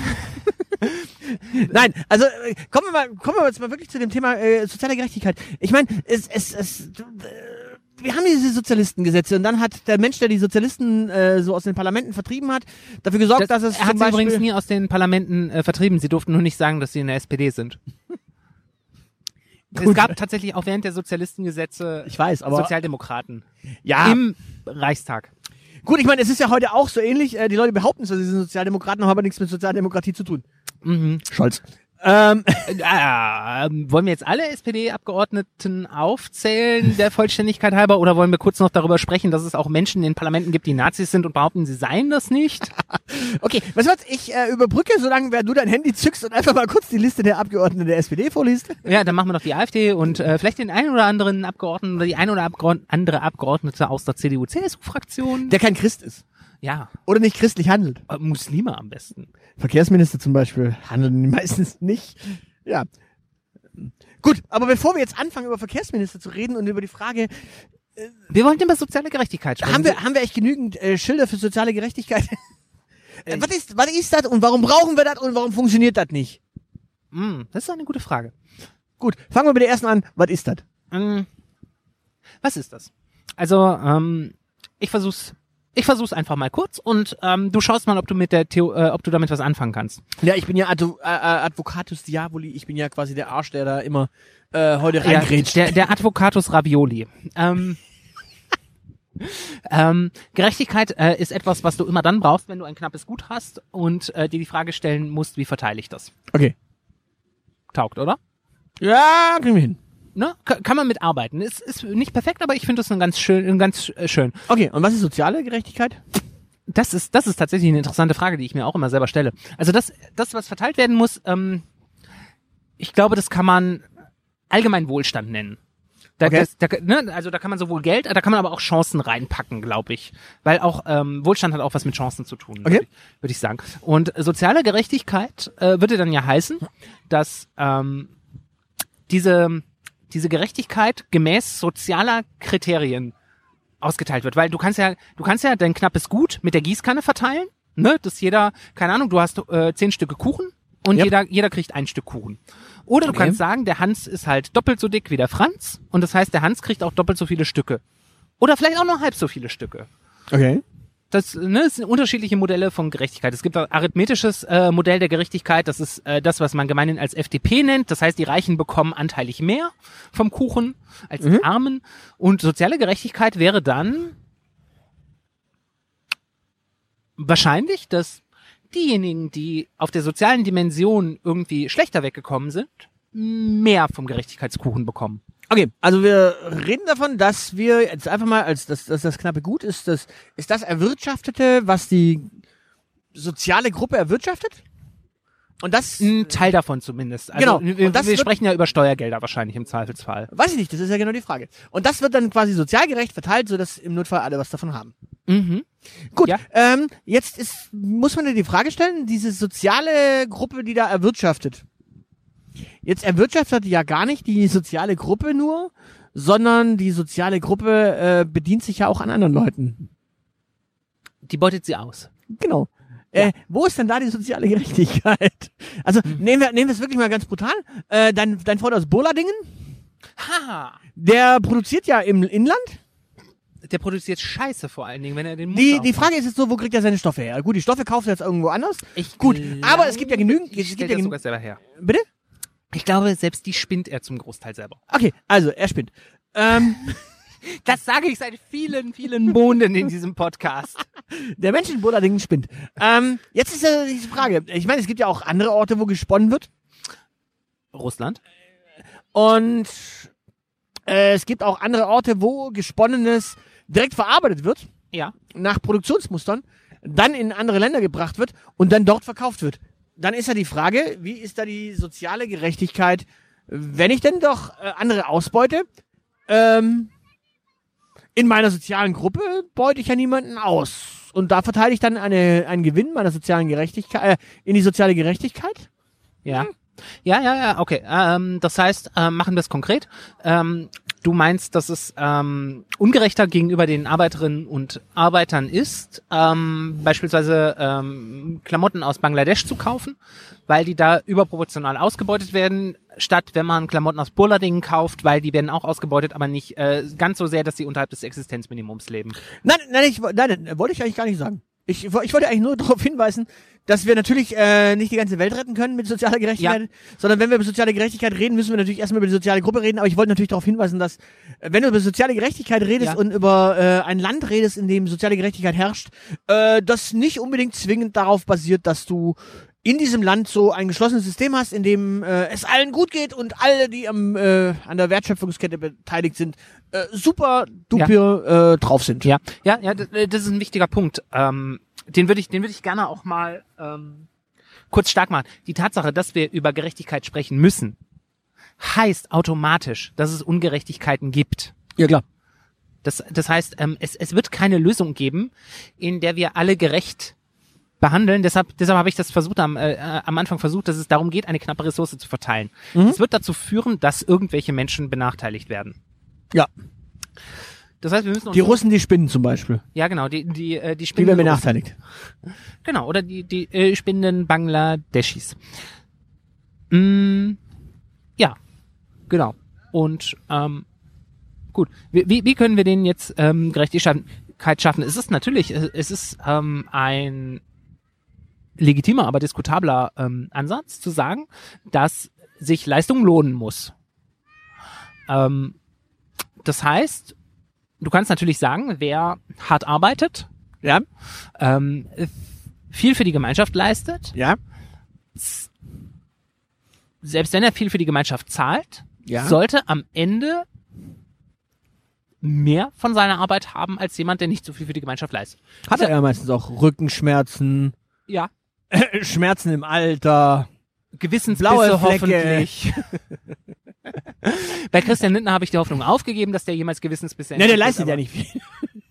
Nein, also äh, kommen wir mal, kommen wir jetzt mal wirklich zu dem Thema äh, soziale Gerechtigkeit. Ich meine, es, es, es, äh, wir haben diese Sozialistengesetze und dann hat der Mensch, der die Sozialisten äh, so aus den Parlamenten vertrieben hat, dafür gesorgt, dass es
er
zum
hat sie
Beispiel
übrigens nie aus den Parlamenten äh, vertrieben. Sie durften nur nicht sagen, dass sie in der SPD sind. Es
Gut.
gab tatsächlich auch während der Sozialistengesetze
ich weiß, aber
Sozialdemokraten
ja,
im Reichstag.
Gut, ich meine, es ist ja heute auch so ähnlich. Äh, die Leute behaupten zwar, sie sind Sozialdemokraten, haben aber nichts mit Sozialdemokratie zu tun.
Mhm.
Scholz. Ähm,
Äh, äh, wollen wir jetzt alle SPD-Abgeordneten aufzählen, der Vollständigkeit halber, oder wollen wir kurz noch darüber sprechen, dass es auch Menschen in Parlamenten gibt, die Nazis sind und behaupten, sie seien das nicht?
okay, was was? Ich äh, überbrücke, solange während du dein Handy zückst und einfach mal kurz die Liste der Abgeordneten der SPD vorliest.
Ja, dann machen wir noch die AfD und äh, vielleicht den einen oder anderen Abgeordneten oder die ein oder Abgeord andere Abgeordnete aus der CDU-CSU-Fraktion.
Der kein Christ ist.
Ja,
Oder nicht christlich handelt.
äh, Muslime am besten.
Verkehrsminister zum Beispiel handeln meistens nicht. Ja. Gut, aber bevor wir jetzt anfangen, über Verkehrsminister zu reden und über die Frage,
Wir wollten über soziale Gerechtigkeit sprechen.
haben wir, haben wir echt genügend äh, Schilder für soziale Gerechtigkeit? Äh, was ist, was ist das und warum brauchen wir das und warum funktioniert das nicht?
Mm, das ist eine gute Frage.
Gut, fangen wir mit der ersten an. Was ist das?
Mm, was ist das? Also, ähm, ich versuch's. Ich versuch's einfach mal kurz und ähm, du schaust mal, ob du mit der Theo äh, ob du damit was anfangen kannst.
Ja, ich bin ja Advo äh, äh, Advocatus Diaboli, ich bin ja quasi der Arsch, der da immer äh, heute
Ja,
reingrätscht.
der, der Advocatus Ravioli. Ähm, ähm, Gerechtigkeit äh, ist etwas, was du immer dann brauchst, wenn du ein knappes Gut hast und äh, dir die Frage stellen musst, wie verteile ich das?
Okay.
Taugt, oder?
Ja, kriegen wir hin.
Ne? Ka- Kann man mitarbeiten. Ist, ist nicht perfekt, aber ich finde das ein ganz schön, ein ganz äh, schön.
Okay, und was ist soziale Gerechtigkeit?
Das ist, das ist tatsächlich eine interessante Frage, die ich mir auch immer selber stelle. Also das, das was verteilt werden muss, ähm, ich glaube, das kann man allgemein Wohlstand nennen. Da,
Okay.
das, da, ne, also da kann man sowohl Geld, da kann man aber auch Chancen reinpacken, glaube ich. Weil auch ähm, Wohlstand hat auch was mit Chancen zu tun,
Okay.
würde ich, würd ich sagen. Und soziale Gerechtigkeit äh, würde dann ja heißen, dass ähm, diese, diese Gerechtigkeit gemäß sozialer Kriterien ausgeteilt wird. Weil du kannst ja, du kannst ja dein knappes Gut mit der Gießkanne verteilen, ne? Dass jeder, keine Ahnung, du hast äh, zehn Stücke Kuchen und
Yep.
jeder, jeder kriegt ein Stück Kuchen. Oder
Okay.
du kannst sagen, der Hans ist halt doppelt so dick wie der Franz und das heißt, der Hans kriegt auch doppelt so viele Stücke. Oder vielleicht auch nur halb so viele Stücke.
Okay.
Das, ne, es sind unterschiedliche Modelle von Gerechtigkeit. Es gibt ein arithmetisches äh, Modell der Gerechtigkeit, das ist äh, das, was man gemeinhin als FDP nennt. Das heißt, die Reichen bekommen anteilig mehr vom Kuchen als
Mhm.
die Armen. Und soziale Gerechtigkeit wäre dann wahrscheinlich, dass diejenigen, die auf der sozialen Dimension irgendwie schlechter weggekommen sind, mehr vom Gerechtigkeitskuchen bekommen.
Okay, also wir reden davon, dass wir jetzt einfach mal, als dass das, das knappe Gut ist, das ist das Erwirtschaftete, was die soziale Gruppe erwirtschaftet? Und das,
Ein Teil davon zumindest. Also,
Genau.
Wir,
Und das
wir
wird-
sprechen ja über Steuergelder wahrscheinlich im Zweifelsfall.
weiß ich nicht, das ist ja genau die Frage. Und das wird dann quasi sozial gerecht verteilt, sodass im Notfall alle was davon haben.
Mhm.
Gut,
Ja.
ähm, jetzt ist, muss man dir die Frage stellen, diese soziale Gruppe, die da erwirtschaftet. Jetzt erwirtschaftet ja gar nicht die soziale Gruppe nur, sondern die soziale Gruppe äh, bedient sich ja auch an anderen Leuten.
Die beutet sie aus.
Genau. Äh, wo ist denn da die soziale Gerechtigkeit? Also nehmen wir nehmen wir es wirklich mal ganz brutal. Äh, dein, dein Freund aus Burladingen,
Haha.
der produziert ja im Inland.
Der produziert Scheiße vor allen Dingen, wenn er den Mund
Die, die
aufmacht.
Frage ist jetzt so, wo kriegt er seine Stoffe her? Gut, die Stoffe kauft er jetzt irgendwo anders.
Ich
Gut,
glaube,
aber es gibt ja genügend-
Ich
es
stell
gibt ja
das
genü-
sogar selber her.
Bitte?
Ich glaube, selbst die spinnt er zum Großteil selber.
Okay, also er spinnt. Ähm,
Das sage ich seit vielen, vielen Monden in diesem Podcast.
Der Mensch in Burladingen spinnt. Ähm, jetzt ist ja die Frage. Ich meine, es gibt ja auch andere Orte, wo gesponnen wird.
Russland?
Und äh, es gibt auch andere Orte, wo gesponnenes direkt verarbeitet wird,
Ja.
nach Produktionsmustern, dann in andere Länder gebracht wird und dann dort verkauft wird. Dann ist ja die Frage, wie ist da die soziale Gerechtigkeit, wenn ich denn doch äh, andere ausbeute? Ähm, in meiner sozialen Gruppe beute ich ja niemanden aus. Und da verteile ich dann eine, einen Gewinn meiner sozialen Gerechtigkeit, äh, in die soziale Gerechtigkeit?
Ja. Ja, ja, ja, okay. Ähm, das heißt, ähm, machen wir es konkret. Ähm, du meinst, dass es ähm, ungerechter gegenüber den Arbeiterinnen und Arbeitern ist, ähm, beispielsweise ähm, Klamotten aus Bangladesch zu kaufen, weil die da überproportional ausgebeutet werden, statt wenn man Klamotten aus Burladingen kauft, weil die werden auch ausgebeutet, aber nicht äh, ganz so sehr, dass sie unterhalb des Existenzminimums leben.
Nein, nein, ich, wo- nein, nein, wollte ich eigentlich gar nicht sagen. Ich, wo- ich wollte eigentlich nur darauf hinweisen, dass wir natürlich äh, nicht die ganze Welt retten können mit sozialer Gerechtigkeit, sondern wenn wir über soziale Gerechtigkeit reden, müssen wir natürlich erstmal über die soziale Gruppe reden. Aber ich wollte natürlich darauf hinweisen, dass äh, wenn du über soziale Gerechtigkeit redest
Ja.
und über äh, ein Land redest, in dem soziale Gerechtigkeit herrscht, äh, das nicht unbedingt zwingend darauf basiert, dass du in diesem Land so ein geschlossenes System hast, in dem äh, es allen gut geht und alle, die am, äh, an der Wertschöpfungskette beteiligt sind, äh, super duper äh, drauf sind.
Ja, ja, ja, d- d- das ist ein wichtiger Punkt. Ähm, den würde ich, den würde ich gerne auch mal ähm, kurz stark machen. Die Tatsache, dass wir über Gerechtigkeit sprechen müssen, heißt automatisch, dass es Ungerechtigkeiten gibt.
Ja, klar.
Das, das heißt, ähm, es, es wird keine Lösung geben, in der wir alle gerecht behandeln. Deshalb, deshalb habe ich das versucht am, äh, äh, am Anfang versucht, dass es darum geht, eine knappe Ressource zu verteilen.
Mhm.
Es wird dazu führen, dass irgendwelche Menschen benachteiligt werden.
Ja.
Das heißt, wir müssen uns
Die Russen, die spinnen zum Beispiel.
ja genau die die äh, die
Die
Spinnen
werden benachteiligt.
Genau, oder die, die äh, spinnenden Bangladeschis. Mm, ja, genau. Und ähm, gut, wie, wie, wie können wir denen jetzt ähm, Gerechtigkeit schaffen? Es ist natürlich, äh, es ist ähm, ein legitimer, aber diskutabler ähm, Ansatz zu sagen, dass sich Leistung lohnen muss. Ähm, das heißt, du kannst natürlich sagen, wer hart arbeitet,
Ja,
ähm, viel für die Gemeinschaft leistet,
ja,
selbst wenn er viel für die Gemeinschaft zahlt,
Ja.
sollte am Ende mehr von seiner Arbeit haben als jemand, der nicht so viel für die Gemeinschaft leistet.
Hat er ja meistens auch Rückenschmerzen,
Ja.
Schmerzen im Alter.
Gewissensbisse
Blaue Flecke.
hoffentlich. Bei Christian Lindner habe ich die Hoffnung aufgegeben, dass der jemals Gewissensbisse
Ne, der
entwickelt,
leistet
aber-
ja nicht viel.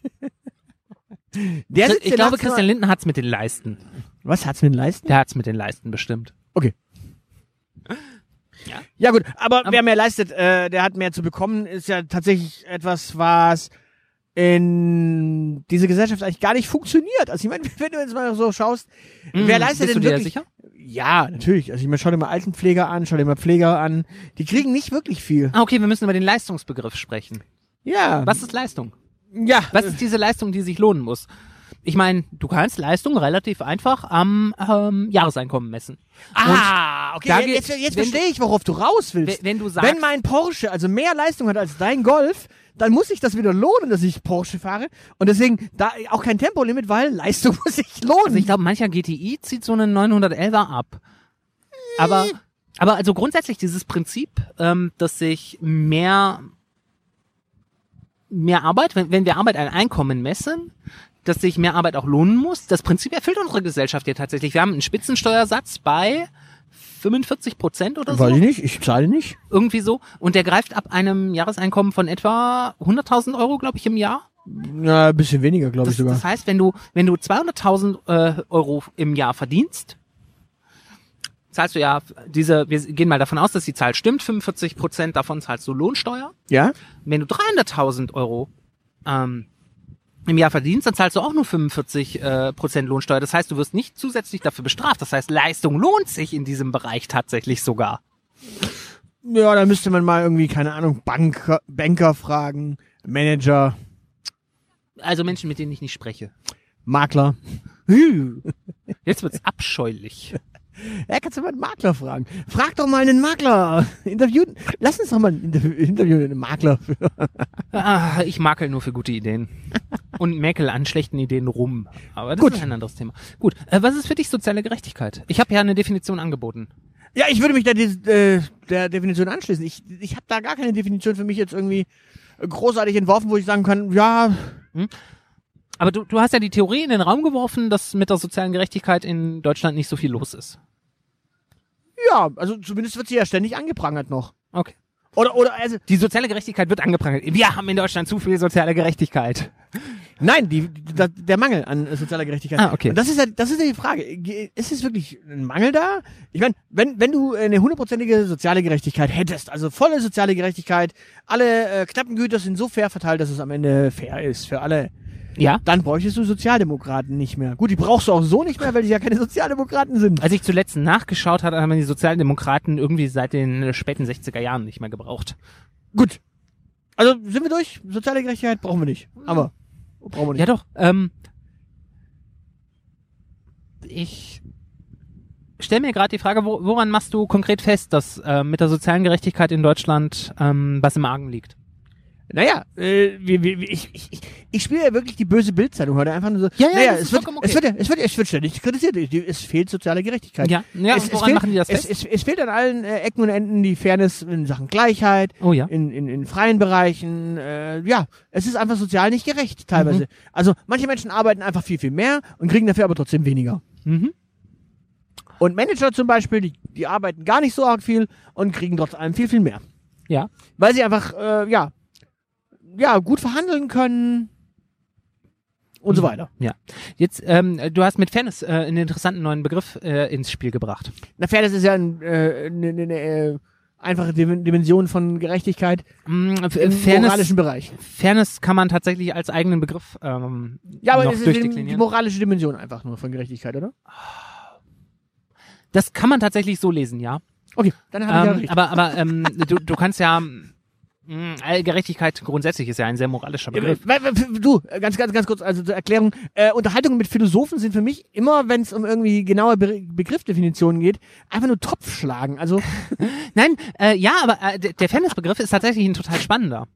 Der sitzt
Ich
ja
glaube,
nachts
Christian
nur-
Lindner hat's mit den Leisten.
Was hat's mit den Leisten?
Der hat's mit den Leisten bestimmt.
Ja gut, aber,
Aber-
wer mehr leistet, äh, der hat mehr zu bekommen, ist ja tatsächlich etwas, was in dieser Gesellschaft eigentlich gar nicht funktioniert. Also ich meine, wenn du jetzt mal so schaust, wer leistet
Hm, Bist du
denn
dir
wirklich?
sicher?
Ja, natürlich. Also ich meine, schau dir mal Altenpfleger an, schau dir mal Pfleger an. Die kriegen nicht wirklich viel.
Ah, okay, wir müssen über den Leistungsbegriff sprechen.
Ja.
Was ist Leistung?
Ja.
Was ist diese Leistung, die sich lohnen muss? Ich meine, du kannst Leistung relativ einfach am ähm, Jahreseinkommen messen.
Ah, okay.
da
jetzt
geht-
jetzt
wenn-
verstehe ich, worauf du raus
Wenn,
willst.
wenn du sagst,
Wenn mein Porsche also mehr Leistung hat als dein Golf, dann muss ich das wieder lohnen, dass ich Porsche fahre. Und deswegen da auch kein Tempolimit, weil Leistung muss sich lohnen.
also ich glaube, mancher GTI zieht so einen 911er ab. Aber, aber also grundsätzlich dieses Prinzip, ähm, dass sich mehr, mehr Arbeit, wenn, wenn wir Arbeit ein Einkommen messen, dass sich mehr Arbeit auch lohnen muss, das Prinzip erfüllt unsere Gesellschaft ja tatsächlich. Wir haben einen Spitzensteuersatz bei 45 Prozent oder so.
Weiß ich nicht, ich zahle nicht.
irgendwie so. Und der greift ab einem Jahreseinkommen von etwa 100.000 Euro, glaube ich, im Jahr.
Na, ein bisschen weniger, glaube ich
Das,
sogar.
das heißt, wenn du, wenn du 200.000 äh, Euro im Jahr verdienst, zahlst du ja diese, wir gehen mal davon aus, dass die Zahl stimmt, 45 Prozent davon zahlst du Lohnsteuer.
ja?
Wenn du 300.000 Euro ähm, im Jahr verdienst, dann zahlst du auch nur 45 äh, Prozent Lohnsteuer. Das heißt, du wirst nicht zusätzlich dafür bestraft. Das heißt, Leistung lohnt sich in diesem Bereich tatsächlich sogar.
Ja, da müsste man mal irgendwie, keine Ahnung, Banker, Banker fragen, Manager,
Also Menschen, mit denen ich nicht spreche.
Makler.
Jetzt wird's abscheulich.
Ja, kannst du mal einen Makler fragen. Frag doch mal einen Makler. Interviewen. Lass uns doch mal ein Interview, Interview einen Makler führen.
Ah, ich makel nur für gute Ideen. Und mäkel an schlechten Ideen rum. Aber das
Gut.
ist ein anderes Thema. Gut, äh, was ist für dich soziale Gerechtigkeit? Ich habe ja eine Definition angeboten.
Ja, ich würde mich der, Dis- äh, der Definition anschließen. Ich, ich habe da gar keine Definition für mich jetzt irgendwie großartig entworfen, wo ich sagen kann, ja,
Aber du, du hast ja die Theorie in den Raum geworfen, dass mit der sozialen Gerechtigkeit in Deutschland nicht so viel los ist.
ja, also zumindest wird sie ja ständig angeprangert noch.
Okay.
Oder, oder, also,
Die soziale Gerechtigkeit wird angeprangert. Wir haben in Deutschland zu viel soziale Gerechtigkeit.
Nein, die, da, der Mangel an äh, sozialer Gerechtigkeit.
Ah, okay.
Und das ist ja, das ist ja die Frage. Ge- Ist es wirklich ein Mangel da? Ich meine, wenn, wenn du eine hundertprozentige soziale Gerechtigkeit hättest, also volle soziale Gerechtigkeit, alle äh, knappen Güter sind so fair verteilt, dass es am Ende fair ist für alle,
Ja.
dann bräuchtest du Sozialdemokraten nicht mehr. Gut, die brauchst du auch so nicht mehr, weil die ja keine Sozialdemokraten sind.
Als ich zuletzt nachgeschaut hatte, haben die Sozialdemokraten irgendwie seit den äh, späten 60er Jahren nicht mehr gebraucht.
Gut. Also sind wir durch? Soziale Gerechtigkeit brauchen wir nicht. Aber brauchen wir nicht.
Ja doch. Ähm, ich stelle mir gerade die Frage, wo, woran machst du konkret fest, dass äh, mit der sozialen Gerechtigkeit in Deutschland ähm, was im Argen liegt?
Naja, äh, wir, wir, wir- ich, ich, ich- ich spiele ja wirklich die böse Bildzeitung heute einfach nur so.
Ja, ja,
naja,
das ist
es, wird,
vollkommen
es,
okay.
wird, ja- es, wird, es wird ständig kritisiert. Es- Es fehlt soziale Gerechtigkeit.
Ja, ja
es,
und
es
woran
fehlt,
machen die das
es,
fest?
Es, es fehlt an allen äh, Ecken und Enden die Fairness in Sachen Gleichheit,
oh ja.
in, in, in freien Bereichen. Äh, ja, es ist einfach sozial nicht gerecht teilweise.
Mhm.
Also manche Menschen arbeiten einfach viel, viel mehr und kriegen dafür aber trotzdem weniger.
Mhm.
Und Manager zum Beispiel, die, die arbeiten gar nicht so arg viel und kriegen trotz allem viel, viel mehr.
Ja.
Weil sie einfach, äh, ja, ja, gut verhandeln können und
Mhm.
so weiter.
Jetzt, ähm, du hast mit Fairness äh, einen interessanten neuen Begriff äh, ins Spiel gebracht.
Na, Fairness ist ja ein, äh, eine, eine, eine einfache Dim- Dimension von Gerechtigkeit
Mm,
im
Fairness,
moralischen Bereich.
Fairness kann man tatsächlich als eigenen Begriff ähm,
Ja, aber
noch
es ist die, die
durchdeklinieren.
moralische Dimension einfach nur von Gerechtigkeit, oder?
das kann man tatsächlich so lesen, ja.
Okay, dann haben wir ja
Ähm,
recht.
aber aber ähm, du, du kannst ja mh, all- Gerechtigkeit grundsätzlich ist ja ein sehr moralischer
Ja,
Begriff.
weil- weil- Du, ganz, ganz, ganz kurz, also zur Erklärung. Äh, Unterhaltungen mit Philosophen sind für mich immer, wenn es um irgendwie genaue Be Begriffdefinitionen geht, einfach nur Topfschlagen. Also
Nein, äh, ja, aber äh, der, der Fairness-Begriff ist tatsächlich ein total spannender.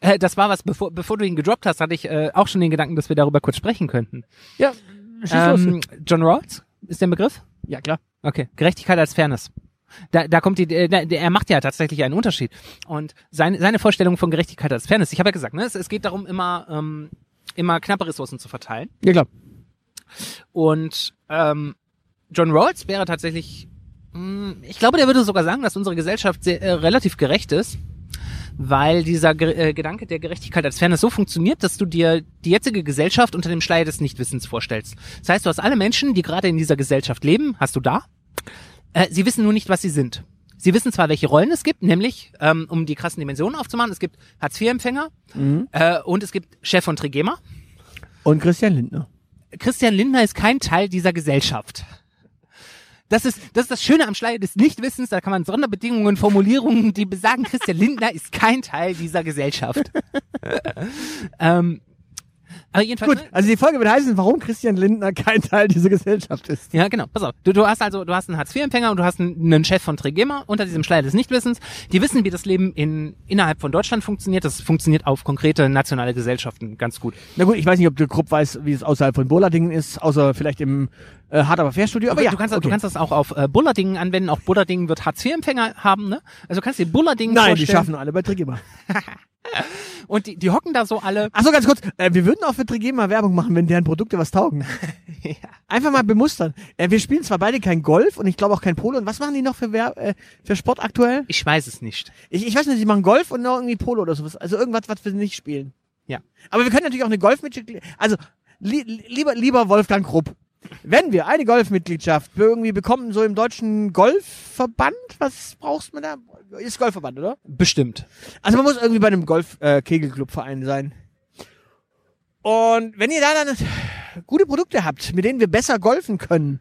Äh, das war was, bevor, bevor du ihn gedroppt hast, hatte ich äh, auch schon den Gedanken, dass wir darüber kurz sprechen könnten.
Ja, schieß los.
Ähm, John Rawls ist der Begriff?
Ja, klar.
Okay, Gerechtigkeit als Fairness. Da, da kommt die, äh, da, er macht ja tatsächlich einen Unterschied. Und seine, seine Vorstellung von Gerechtigkeit als Fairness, ich habe ja gesagt, ne, es, es geht darum, immer, ähm, immer knappe Ressourcen zu verteilen.
Ja, klar.
Und ähm, John Rawls wäre tatsächlich, mh, ich glaube, der würde sogar sagen, dass unsere Gesellschaft sehr, äh, relativ gerecht ist, weil dieser Ge äh, Gedanke der Gerechtigkeit als Fairness so funktioniert, dass du dir die jetzige Gesellschaft unter dem Schleier des Nichtwissens vorstellst. Das heißt, du hast alle Menschen, die gerade in dieser Gesellschaft leben, hast du da. Äh, sie wissen nur nicht, was sie sind. Sie wissen zwar, welche Rollen es gibt, nämlich, ähm, um die krassen Dimensionen aufzumachen, es gibt Hartz-IV-Empfänger äh, und es gibt Chef von Trigema.
Und Christian Lindner.
Christian Lindner ist kein Teil dieser Gesellschaft. Das ist, das ist das Schöne am Schleier des Nichtwissens, da kann man Sonderbedingungen, Formulierungen, die besagen, Christian Lindner ist kein Teil dieser Gesellschaft. ähm, aber jedenfalls,
Gut,
ne?
also die Folge wird heißen, warum Christian Lindner kein Teil dieser Gesellschaft ist.
ja genau, pass auf, du, du hast also, du hast einen Hartz-IV-Empfänger und du hast einen, einen Chef von Trigema unter diesem Schleier des Nichtwissens, die wissen, wie das Leben in, innerhalb von Deutschland funktioniert, das funktioniert auf konkrete nationale Gesellschaften ganz gut.
Na gut, ich weiß nicht, ob der Krupp weiß, wie es außerhalb von Boladingen ist, außer vielleicht im äh, Hard aber Fair Studio. Aber ja,
du, kannst,
okay.
du kannst das auch auf äh, Bullerdingen anwenden. Auch Bullerdingen wird Hartz-IV-Empfänger haben, ne? Also kannst du dir Bullerdingen
Nein, die
vorstellen.
schaffen alle bei Trigema.
Und die, die hocken da so alle.
Ach so, ganz kurz. Äh, wir würden auch für Trigema Werbung machen, wenn deren Produkte was taugen.
Ja.
Einfach mal bemustern. Äh, wir spielen zwar beide kein Golf und ich glaube auch kein Polo. Und was machen die noch für, Wer äh, für Sport aktuell?
Ich weiß es nicht.
Ich, ich weiß nicht, die machen Golf und noch irgendwie Polo oder sowas. Also irgendwas, was wir nicht spielen.
Ja.
Aber wir können natürlich auch eine Golfmitgliedschaft. Also li li- lieber, lieber Wolfgang Krupp, wenn wir eine Golfmitgliedschaft irgendwie bekommen, so im deutschen Golfverband, was brauchst man da? Ist Golfverband, oder?
Bestimmt.
Also man muss irgendwie bei einem Golf-Kegelclubverein sein. Und wenn ihr da dann gute Produkte habt, mit denen wir besser golfen können,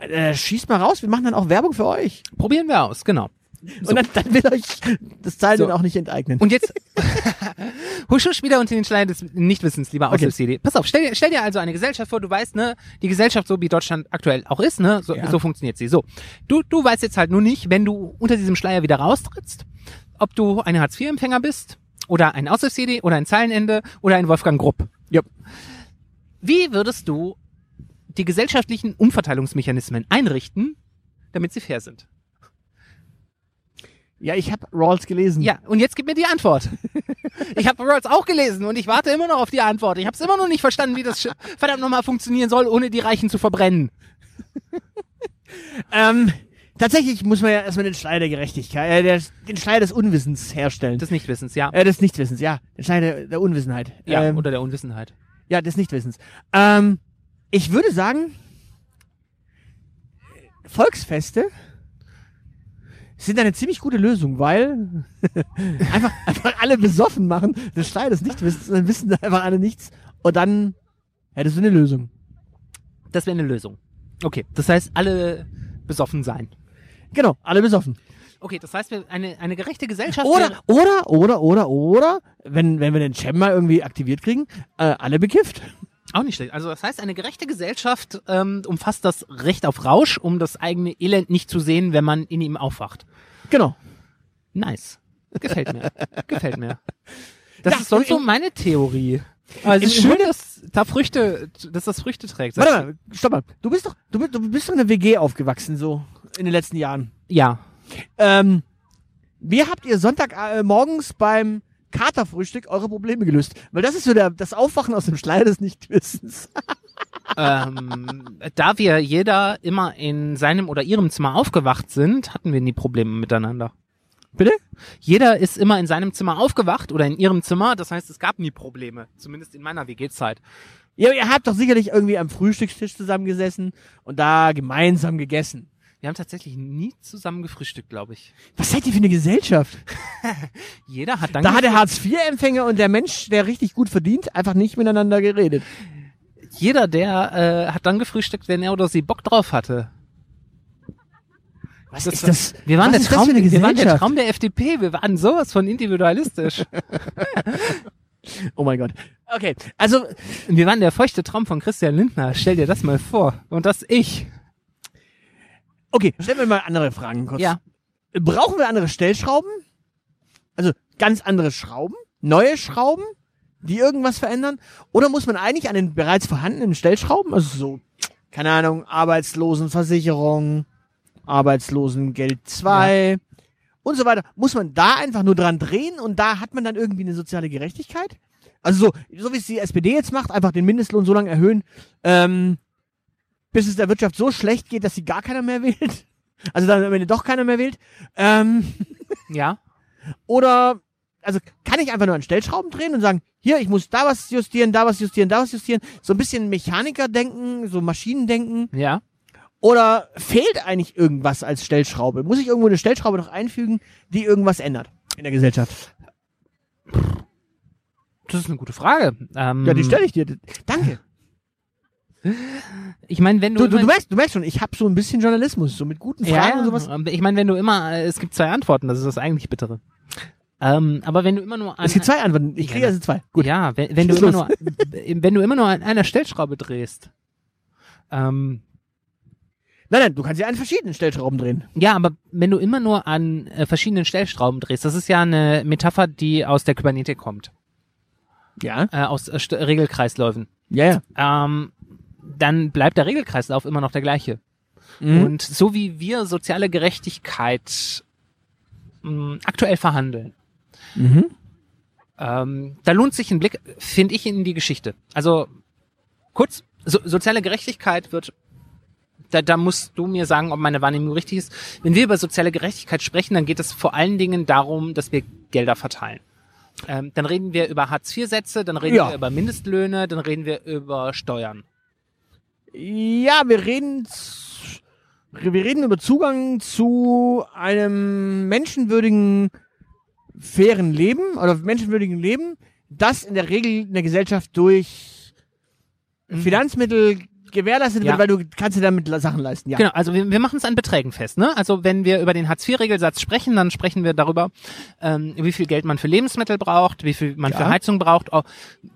äh, schießt mal raus, wir machen dann auch Werbung für euch.
Probieren wir aus, genau.
Und dann, dann will euch das Teil
So.
dann auch nicht enteignen.
Und jetzt husch husch wieder unter den Schleier des Nichtwissens, lieber
Okay.
Aushilfs-CD. Pass auf, stell, dir- stell dir also eine Gesellschaft vor, du weißt, ne, die Gesellschaft, so wie Deutschland aktuell auch ist, ne, so,
Ja.
so funktioniert sie. So, du, du weißt jetzt halt nur nicht, wenn du unter diesem Schleier wieder raustrittst, ob du ein Hartz-IV-Empfänger bist oder ein Aushilfs-CD oder ein Zeilenende oder ein Wolfgang Grupp.
Ja.
Wie würdest du die gesellschaftlichen Umverteilungsmechanismen einrichten, damit sie fair sind?
Ja, ich habe Rawls gelesen.
Ja, und jetzt gib mir die Antwort. Ich habe Rawls auch gelesen und ich warte immer noch auf die Antwort. Ich habe es immer noch nicht verstanden, wie das sch- verdammt nochmal funktionieren soll, ohne die Reichen zu verbrennen.
Ähm, tatsächlich muss man ja erstmal den Schleier der Gerechtigkeit, äh, der, den Schleier des Unwissens herstellen.
Des Nichtwissens, ja.
äh, des Nichtwissens, ja. Den Schleier der, der Unwissenheit.
ja,
ähm,
oder der Unwissenheit.
ja, des Nichtwissens. Ähm, ich würde sagen, Volksfeste sind eine ziemlich gute Lösung, weil einfach, einfach alle besoffen machen, den Schleier des Nichtwissens, dann wissen einfach alle nichts und dann hättest du eine Lösung.
Das wäre eine Lösung. Okay, das heißt, alle besoffen sein.
Genau, alle besoffen.
Okay, das heißt, wir- eine, eine gerechte Gesellschaft wäre,
Oder, oder, oder, oder, oder, wenn, wenn wir den Cem mal irgendwie aktiviert kriegen, äh, alle bekifft.
auch nicht schlecht. Also das heißt, eine gerechte Gesellschaft ähm, umfasst das Recht auf Rausch, um das eigene Elend nicht zu sehen, wenn man in ihm aufwacht.
Genau.
Nice. Gefällt mir. Gefällt mir. Das
Ja,
ist sonst so
in-
meine Theorie. Also
in-
schön, dass da Früchte, dass das Früchte trägt.
Warte mal, stopp mal. Du bist doch, du, bist- du bist doch in der WG aufgewachsen, so, in den letzten Jahren.
Ja.
Ähm, wie habt ihr Sonntag äh, morgens beim Katerfrühstück eure Probleme gelöst? Weil das ist so der, das Aufwachen aus dem Schleier des Nichtwissens.
ähm, da wir jeder immer in seinem oder ihrem Zimmer aufgewacht sind, hatten wir nie Probleme miteinander.
Bitte?
Jeder ist immer in seinem Zimmer aufgewacht oder in ihrem Zimmer. Das heißt, es gab nie Probleme. Zumindest in meiner WG-Zeit.
Ja, ihr habt doch sicherlich irgendwie am Frühstückstisch zusammengesessen und da gemeinsam gegessen.
Wir haben tatsächlich nie zusammen gefrühstückt, glaube ich.
Was seid ihr für eine Gesellschaft?
Jeder hat dann
Da hat der Hartz-IV-Empfänger und der Mensch, der richtig gut verdient, einfach nicht miteinander geredet.
Jeder, der äh, hat dann gefrühstückt, wenn er oder sie Bock drauf hatte.
Was
Das-
ist das?
Wir waren,
was
der
ist das
Traum,
für eine
wir waren der
Gesellschaft?
Traum der FDP. Wir waren sowas von individualistisch.
Oh mein Gott. Okay, also
wir waren der feuchte Traum von Christian Lindner. Stell dir das mal vor. Und das ich.
okay, stellen wir mal andere Fragen kurz.
Ja.
Brauchen wir andere Stellschrauben? Also ganz andere Schrauben, neue Schrauben, die irgendwas verändern? Oder muss man eigentlich an den bereits vorhandenen Stellschrauben, also so keine Ahnung, Arbeitslosenversicherung, Arbeitslosengeld 2 und so weiter. Muss man da einfach nur dran drehen und da hat man dann irgendwie eine soziale Gerechtigkeit? Also so, so wie es die SPD jetzt macht, einfach den Mindestlohn so lange erhöhen, ähm, bis es der Wirtschaft so schlecht geht, dass sie gar keiner mehr wählt. Also dann am Ende doch keiner mehr wählt. Ähm,
Ja.
oder also kann ich einfach nur an Stellschrauben drehen und sagen, hier, ich muss da was justieren, da was justieren, da was justieren. So ein bisschen Mechaniker denken, so Maschinendenken.
Ja.
Oder fehlt eigentlich irgendwas als Stellschraube? Muss ich irgendwo eine Stellschraube noch einfügen, die irgendwas ändert in der Gesellschaft?
Das ist eine gute Frage. Ähm,
Ja, die stelle ich dir. Danke.
Ich meine, wenn
Du,
du,
du, du,
immer-
merkst, du merkst schon, ich habe so ein bisschen Journalismus, so mit guten Fragen
ja, ja. ähm,
und sowas.
Ich meine, wenn du immer, äh, es gibt zwei Antworten, das ist das eigentlich bittere. Ähm, aber wenn du immer nur an
Es gibt zwei Antworten. Ich
Ja,
kriege also zwei. Gut.
Ja, wenn, wenn, du
Schieß
immer nur,
los.
wenn du immer nur an einer Stellschraube drehst. Ähm,
Nein, nein, du kannst ja an verschiedenen Stellschrauben drehen.
ja, aber wenn du immer nur an äh, verschiedenen Stellschrauben drehst, das ist ja eine Metapher, die aus der Kybernetik kommt,
Ja.
äh, aus äh, St Regelkreisläufen.
Ja, ja.
Ähm, dann bleibt der Regelkreislauf immer noch der gleiche.
Mhm.
Und so wie wir soziale Gerechtigkeit mh, aktuell verhandeln,
Mhm.
Ähm, da lohnt sich ein Blick, finde ich, in die Geschichte. Also kurz, so, soziale Gerechtigkeit wird, da, da musst du mir sagen, ob meine Wahrnehmung richtig ist. Wenn wir über soziale Gerechtigkeit sprechen, dann geht es vor allen Dingen darum, dass wir Gelder verteilen. Ähm, dann reden wir über Hartz-IV-Sätze, dann reden
Ja.
wir über Mindestlöhne, dann reden wir über Steuern.
Ja, wir reden, z- wir reden über Zugang zu einem menschenwürdigen, fairen Leben oder menschenwürdigen Leben, das in der Regel in der Gesellschaft durch Mhm. Finanzmittel gewährleistet wird,
Ja.
weil du kannst dir damit la- Sachen leisten. Ja.
Genau, also wir, wir machen es an Beträgen fest. Ne? Also wenn wir über den Hartz-IV-Regelsatz sprechen, dann sprechen wir darüber, ähm, wie viel Geld man für Lebensmittel braucht, wie viel man
Ja.
für Heizung braucht. Au-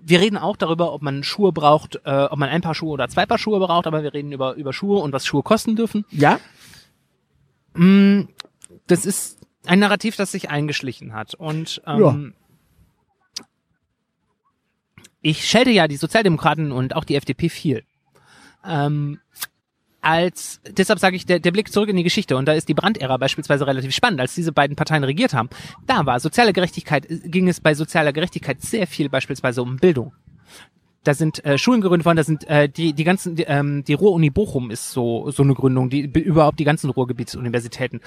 Wir reden auch darüber, ob man Schuhe braucht, äh, ob man ein Paar Schuhe oder zwei Paar Schuhe braucht, aber wir reden über, über Schuhe und was Schuhe kosten dürfen.
Ja.
Mm, das ist ein Narrativ, das sich eingeschlichen hat. Und ähm, ich schelte ja die Sozialdemokraten und auch die FDP viel. Ähm, als deshalb sage ich, der, der Blick zurück in die Geschichte und da ist die Brandära beispielsweise relativ spannend, als diese beiden Parteien regiert haben. Da war soziale Gerechtigkeit, äh, ging es bei sozialer Gerechtigkeit sehr viel beispielsweise um Bildung. Da sind äh, Schulen gegründet worden, da sind äh, die die ganzen die, ähm, die Ruhr-Uni Bochum ist so so eine Gründung, die be- überhaupt die ganzen Ruhrgebietsuniversitäten.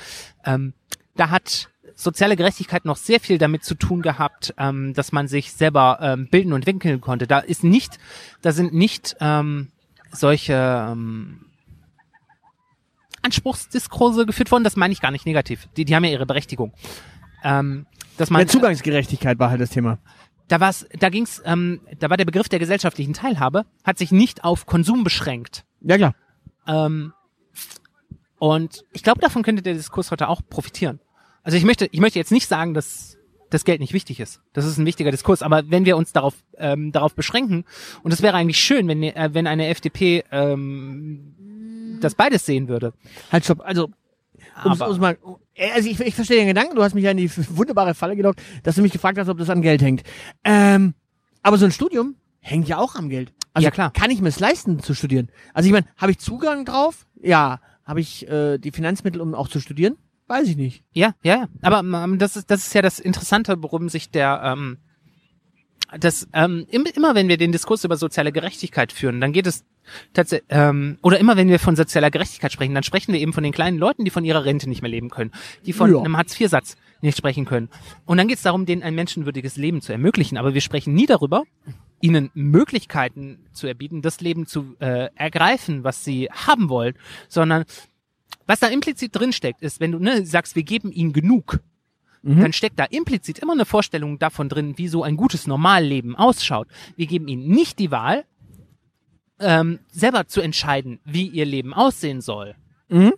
Ähm, da hat soziale Gerechtigkeit noch sehr viel damit zu tun gehabt, ähm, dass man sich selber ähm, bilden und entwickeln konnte. Da ist nicht, da sind nicht ähm, solche ähm, Anspruchsdiskurse geführt worden. Das meine ich gar nicht negativ. Die, die haben ja ihre Berechtigung. Ähm, dass man
Ja, Zugangsgerechtigkeit war halt das Thema.
da war's, da ging's, ähm, da war der Begriff der gesellschaftlichen Teilhabe, hat sich nicht auf Konsum beschränkt.
Ja, klar.
Ähm, und ich glaube, davon könnte der Diskurs heute auch profitieren. Also ich möchte, ich möchte jetzt nicht sagen, dass das Geld nicht wichtig ist. Das ist ein wichtiger Diskurs. Aber wenn wir uns darauf, ähm, darauf beschränken, und es wäre eigentlich schön, wenn, äh, wenn eine FDP ähm, das beides sehen würde.
Halt, stopp. Also, um's,
Aber
um's mal, also ich, ich verstehe den Gedanken. Du hast mich ja in die wunderbare Falle gelockt, dass du mich gefragt hast, ob das an Geld hängt. Ähm, aber so ein Studium hängt ja auch am Geld. Also
Ja, klar.
kann ich mir es leisten zu studieren? Also ich meine, habe ich Zugang drauf? Ja. Habe ich äh, die Finanzmittel, um auch zu studieren? Weiß ich nicht.
Ja, ja, ja. Aber ähm, das ist, das ist ja das Interessante, worum sich der, ähm, das, ähm, im, immer wenn wir den Diskurs über soziale Gerechtigkeit führen, dann geht es tatsächlich, ähm, oder immer wenn wir von sozialer Gerechtigkeit sprechen, dann sprechen wir eben von den kleinen Leuten, die von ihrer Rente nicht mehr leben können, die von
Ja.
einem Hartz-IV-Satz nicht sprechen können. Und dann geht es darum, denen ein menschenwürdiges Leben zu ermöglichen. Aber wir sprechen nie darüber, ihnen Möglichkeiten zu erbieten, das Leben zu äh, ergreifen, was sie haben wollen, sondern was da implizit drinsteckt, ist, wenn du ne, sagst, wir geben ihnen genug, dann steckt da implizit immer eine Vorstellung davon drin, wie so ein gutes Normalleben ausschaut. Wir geben ihnen nicht die Wahl, ähm, selber zu entscheiden, wie ihr Leben aussehen soll.
Mhm.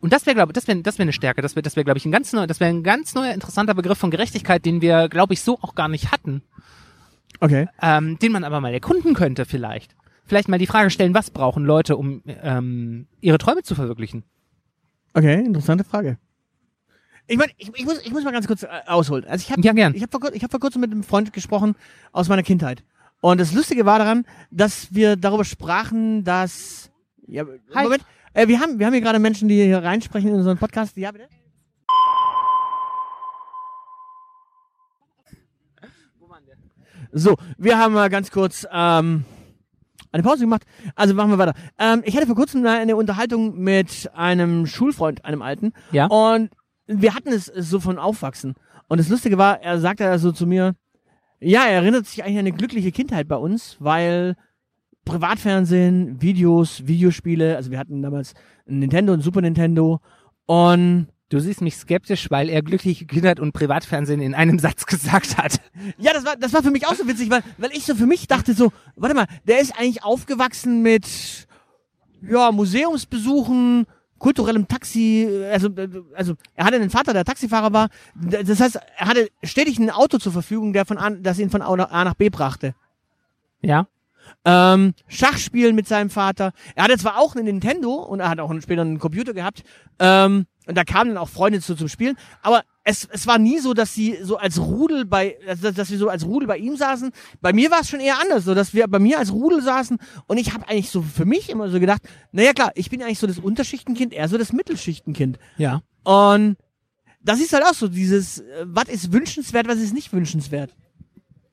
Und das wäre, glaube das wäre, das wäre eine Stärke. Das wäre, das wäre, glaube ich, ein ganz neuer, das wäre ein ganz neuer interessanter Begriff von Gerechtigkeit, den wir, glaube ich, so auch gar nicht hatten,
Okay.
ähm, den man aber mal erkunden könnte, vielleicht. Vielleicht mal die Frage stellen, was brauchen Leute, um ähm, ihre Träume zu verwirklichen?
Okay, interessante Frage. Ich meine, ich, ich, muss, ich muss mal ganz kurz äh, ausholen. Also ich habe
Ja, gern.
Ich habe vor, kur- ich hab vor kurzem mit einem Freund gesprochen aus meiner Kindheit. Und das Lustige war daran, dass wir darüber sprachen, dass ja,
Halt.
Moment, Äh, wir, haben, wir haben hier gerade Menschen, die hier reinsprechen in unseren Podcast. Ja, bitte? So, wir haben mal ganz kurz ähm, eine Pause gemacht. Also machen wir weiter. Ähm, ich hatte vor kurzem mal eine Unterhaltung mit einem Schulfreund, einem alten.
Ja.
Und wir hatten es so von Aufwachsen. Und das Lustige war, er sagte da so also zu mir, ja, er erinnert sich eigentlich an eine glückliche Kindheit bei uns, weil Privatfernsehen, Videos, Videospiele, also wir hatten damals ein Nintendo, ein Super Nintendo und
Du siehst mich skeptisch, weil er glückliche Kindheit und Privatfernsehen in einem Satz gesagt hat.
Ja, das war, das war für mich auch so witzig, weil, weil ich so für mich dachte so, warte mal, der ist eigentlich aufgewachsen mit, ja, Museumsbesuchen, kulturellem Taxi, also, äh, also, er hatte einen Vater, der Taxifahrer war. D- Das heißt, er hatte stetig ein Auto zur Verfügung, der von A, das ihn von A nach- A nach B brachte.
Ja.
Ähm, Schachspielen mit seinem Vater. Er hatte zwar auch einen Nintendo und er hat auch später einen Computer gehabt. Ähm, und da kamen dann auch Freunde zu zum Spielen. Aber es, es war nie so, dass sie so als Rudel bei, dass, dass- dass wir so als Rudel bei ihm saßen. Bei mir war es schon eher anders, so dass wir bei mir als Rudel saßen. Und ich habe eigentlich so für mich immer so gedacht, naja klar, ich bin eigentlich so das Unterschichtenkind, er so das Mittelschichtenkind.
Ja.
Und das ist halt auch so dieses, äh, was ist wünschenswert, was ist nicht wünschenswert.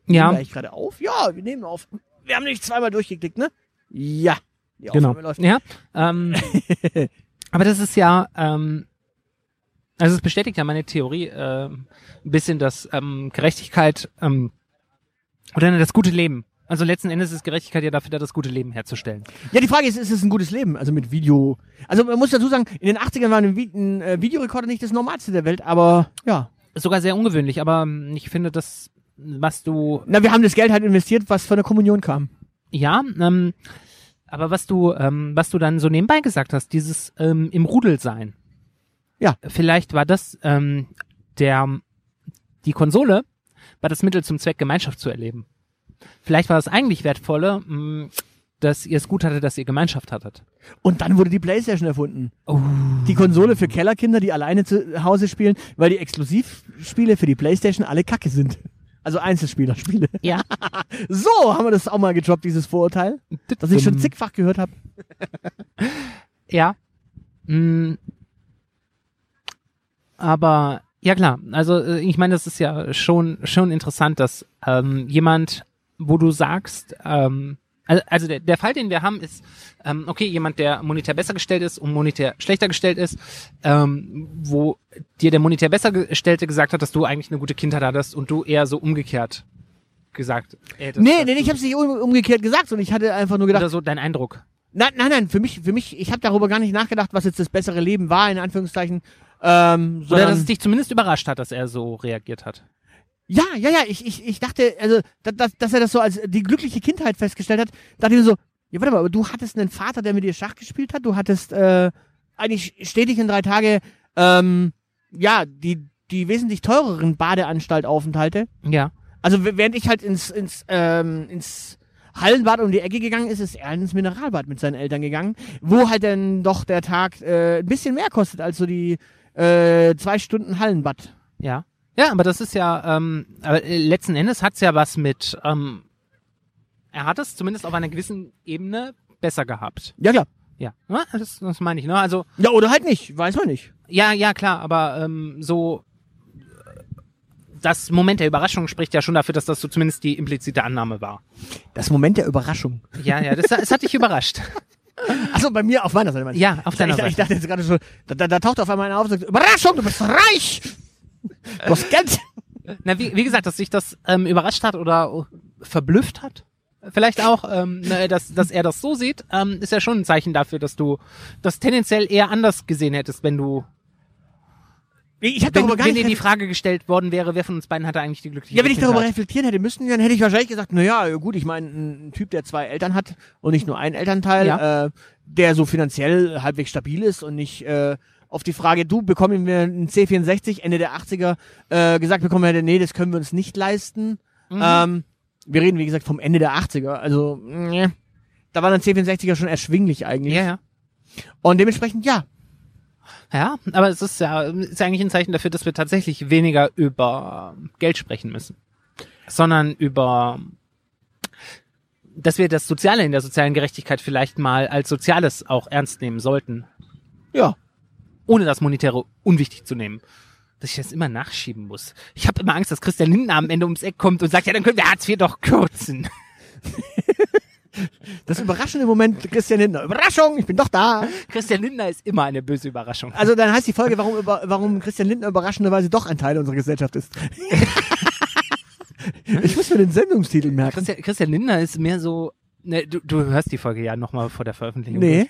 Nehmen
Ja.
wir eigentlich gerade auf? Ja, wir nehmen auf. Wir haben nicht zweimal durchgeklickt, ne? Ja. Die
Genau.
Aufnahme läuft.
Ja. Ähm, aber das ist ja, ähm, also es bestätigt ja meine Theorie äh, ein bisschen, dass ähm, Gerechtigkeit ähm, oder ne, das gute Leben. Also letzten Endes ist Gerechtigkeit ja dafür da, das gute Leben herzustellen.
Ja, die Frage ist, ist es ein gutes Leben? Also mit Video. Also man muss dazu sagen, in den 80ern war ein, Vi ein äh, Videorekorder nicht das Normalste der Welt, aber ja.
Ist sogar sehr ungewöhnlich, aber ähm, ich finde das, was du,
Na, wir haben das Geld halt investiert, was von der Kommunion kam.
ja, ähm, aber was du, ähm, was du dann so nebenbei gesagt hast, dieses ähm, im Rudel sein.
Ja.
Vielleicht war das ähm, der, die Konsole war das Mittel zum Zweck, Gemeinschaft zu erleben. Vielleicht war das eigentlich wertvolle, mh, dass ihr es gut hattet, dass ihr Gemeinschaft hattet.
Und dann wurde die Playstation erfunden.
Oh.
Die Konsole für Kellerkinder, die alleine zu Hause spielen, weil die Exklusivspiele für die Playstation alle kacke sind. Also Einzelspielerspiele.
Ja.
So haben wir das auch mal gedroppt, dieses Vorurteil, das ich schon zigfach gehört habe.
Ja. Mm. Aber ja klar, also äh, ich meine, das ist ja schon schon interessant, dass ähm, jemand, wo du sagst, ähm, al- also der, der Fall, den wir haben, ist, ähm, okay, jemand, der monetär besser gestellt ist und monetär schlechter gestellt ist, ähm, wo dir der monetär besser gestellte gesagt hat, dass du eigentlich eine gute Kindheit hattest und du eher so umgekehrt gesagt hättest.
Nee, nee, nee, ich habe es nicht um, umgekehrt gesagt, sondern ich hatte einfach nur gedacht,
Oder so dein Eindruck.
nein, nein, nein, für mich, für mich, ich habe darüber gar nicht nachgedacht, was jetzt das bessere Leben war, in Anführungszeichen. Ähm,
Oder
sondern,
dass es dich zumindest überrascht hat, dass er so reagiert hat.
ja, ja, ja, ich, ich, ich dachte, also, dass, dass, dass er das so als die glückliche Kindheit festgestellt hat, dachte ich mir so, ja, warte mal, aber du hattest einen Vater, der mit dir Schach gespielt hat, du hattest äh, eigentlich stetig in drei Tage, ähm, ja, die, die wesentlich teureren Badeanstaltaufenthalte.
Ja.
Also w- während ich halt ins, ins, ähm, ins Hallenbad um die Ecke gegangen ist, ist er ins Mineralbad mit seinen Eltern gegangen, wo halt dann doch der Tag äh, ein bisschen mehr kostet als so die äh, zwei Stunden Hallenbad.
Ja. Ja, aber das ist ja, ähm, aber äh, letzten Endes hat's ja was mit, ähm, er hat es zumindest auf einer gewissen Ebene besser gehabt.
Ja, klar.
Ja, ne? das, das meine ich, ne? Also,
Ja, oder halt nicht, weiß man nicht.
ja, ja, klar, aber ähm, so äh, das Moment der Überraschung spricht ja schon dafür, dass das so zumindest die implizite Annahme war.
Das Moment der Überraschung.
Ja, ja, das, das hat dich überrascht.
Achso, bei mir auf meiner Seite. meine ich.
Ja, auf deiner
ich, Ich
Seite.
dachte jetzt gerade so, da, da, da taucht auf einmal einer auf und sagt, Überraschung, du bist reich! Du hast Geld!
Na, wie, wie gesagt, dass dich das ähm, überrascht hat oder verblüfft hat. Vielleicht auch, ähm, ne, dass, dass er das so sieht, ähm, ist ja schon ein Zeichen dafür, dass du das tendenziell eher anders gesehen hättest, wenn du,
Ich habe
wenn,
darüber gar
wenn dir
nicht...
die Frage gestellt worden wäre, wer von uns beiden hatte eigentlich die glückliche
Ja, wenn ich darüber
Kindheit.
reflektieren hätte müssen, dann hätte ich wahrscheinlich gesagt, na ja, gut, ich meine, ein Typ, der zwei Eltern hat und nicht nur einen Elternteil, äh, der so finanziell halbwegs stabil ist und nicht äh, auf die Frage, du, bekommen wir einen C64 Ende der 80er, äh, gesagt bekommen hätte, nee, das können wir uns nicht leisten.
Mhm.
Ähm, wir reden, wie gesagt, vom Ende der 80er, also meh. da war dann C64er schon erschwinglich eigentlich.
Ja, ja.
Und dementsprechend, ja,
Ja, aber es ist ja ist ja eigentlich ein Zeichen dafür, dass wir tatsächlich weniger über Geld sprechen müssen, sondern über dass wir das Soziale in der sozialen Gerechtigkeit vielleicht mal als Soziales auch ernst nehmen sollten.
Ja.
Ohne das Monetäre unwichtig zu nehmen. Dass ich das immer nachschieben muss. Ich habe immer Angst, dass Christian Lindner am Ende ums Eck kommt und sagt, ja, dann können wir Hartz IV doch kürzen.
Das überraschende Moment, Christian Lindner. Überraschung, ich bin doch da.
Christian Lindner ist immer eine böse Überraschung.
Also dann heißt die Folge, warum, über, warum Christian Lindner überraschenderweise doch ein Teil unserer Gesellschaft ist. ich muss mir den Sendungstitel merken.
Christian, Christian Lindner ist mehr so. Ne, du, du hörst die Folge ja nochmal vor der Veröffentlichung.
Nee.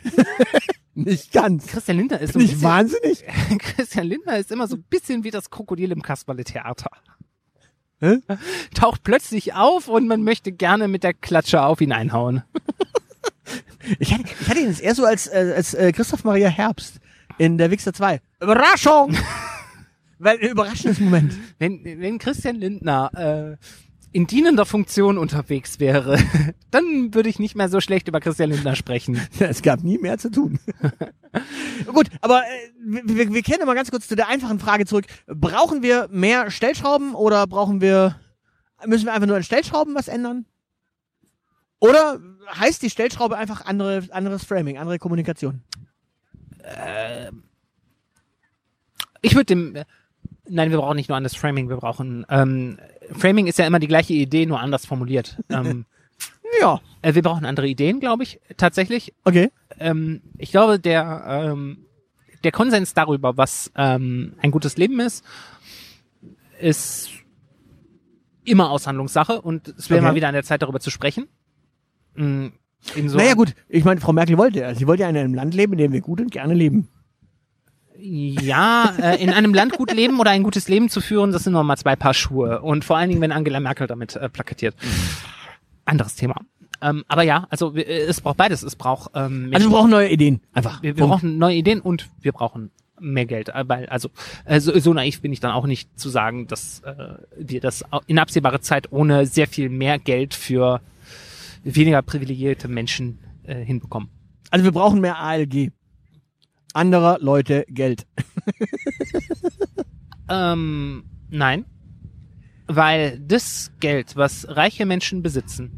Nicht ganz.
Christian Lindner ist so
Bin
ein
ich
bisschen,
wahnsinnig?
Christian Lindner ist immer so ein bisschen wie das Krokodil im Kasperle-Theater.
Hä?
Taucht plötzlich auf und man möchte gerne mit der Klatsche auf ihn einhauen.
Ich hatte, ich hatte ihn jetzt eher so als, äh, als äh, Christoph Maria Herbst in der Wichser 2. Überraschung! Weil ein überraschendes Moment.
Wenn, wenn Christian Lindner äh, in dienender Funktion unterwegs wäre, dann würde ich nicht mehr so schlecht über Christian Lindner sprechen.
Es gab nie mehr zu tun. Gut, aber äh, wir, wir- wir kehren noch mal ganz kurz zu der einfachen Frage zurück. Brauchen wir mehr Stellschrauben oder brauchen wir müssen wir einfach nur an Stellschrauben was ändern? Oder heißt die Stellschraube einfach andere, anderes Framing, andere Kommunikation?
Ich würde dem. äh, Nein, wir brauchen nicht nur anderes Framing, wir brauchen. Ähm, Framing ist ja immer die gleiche Idee, nur anders formuliert. Ähm,
Ja,
äh, wir brauchen andere Ideen, glaube ich, tatsächlich.
okay.
ähm, ich glaube, der, ähm, der Konsens darüber, was ähm, ein gutes Leben ist, ist immer Aushandlungssache und es wäre
Okay.
mal wieder an der Zeit, darüber zu sprechen. Mm, Insofern,
Naja gut, ich meine, Frau Merkel wollte ja. Sie wollte ja in einem Land leben, in dem wir gut und gerne leben.
Ja, äh, in einem Land gut leben oder ein gutes Leben zu führen, das sind nochmal zwei Paar Schuhe. Und vor allen Dingen, wenn Angela Merkel damit äh, plakatiert.
Mhm.
Anderes Thema. Ähm, aber ja, also wir- äh, es braucht beides. Es braucht ähm, mehr
Also wir brauchen neue Ideen. Einfach.
Wir, wir
Punkt.
brauchen neue Ideen und wir brauchen mehr Geld. Äh, Weil, also äh, so, so naiv bin ich dann auch nicht zu sagen, dass äh, wir das au- in absehbare Zeit ohne sehr viel mehr Geld für weniger privilegierte Menschen äh, hinbekommen.
also wir brauchen mehr ALG. Anderer Leute Geld.
Ähm, nein. Weil das Geld, was reiche Menschen besitzen,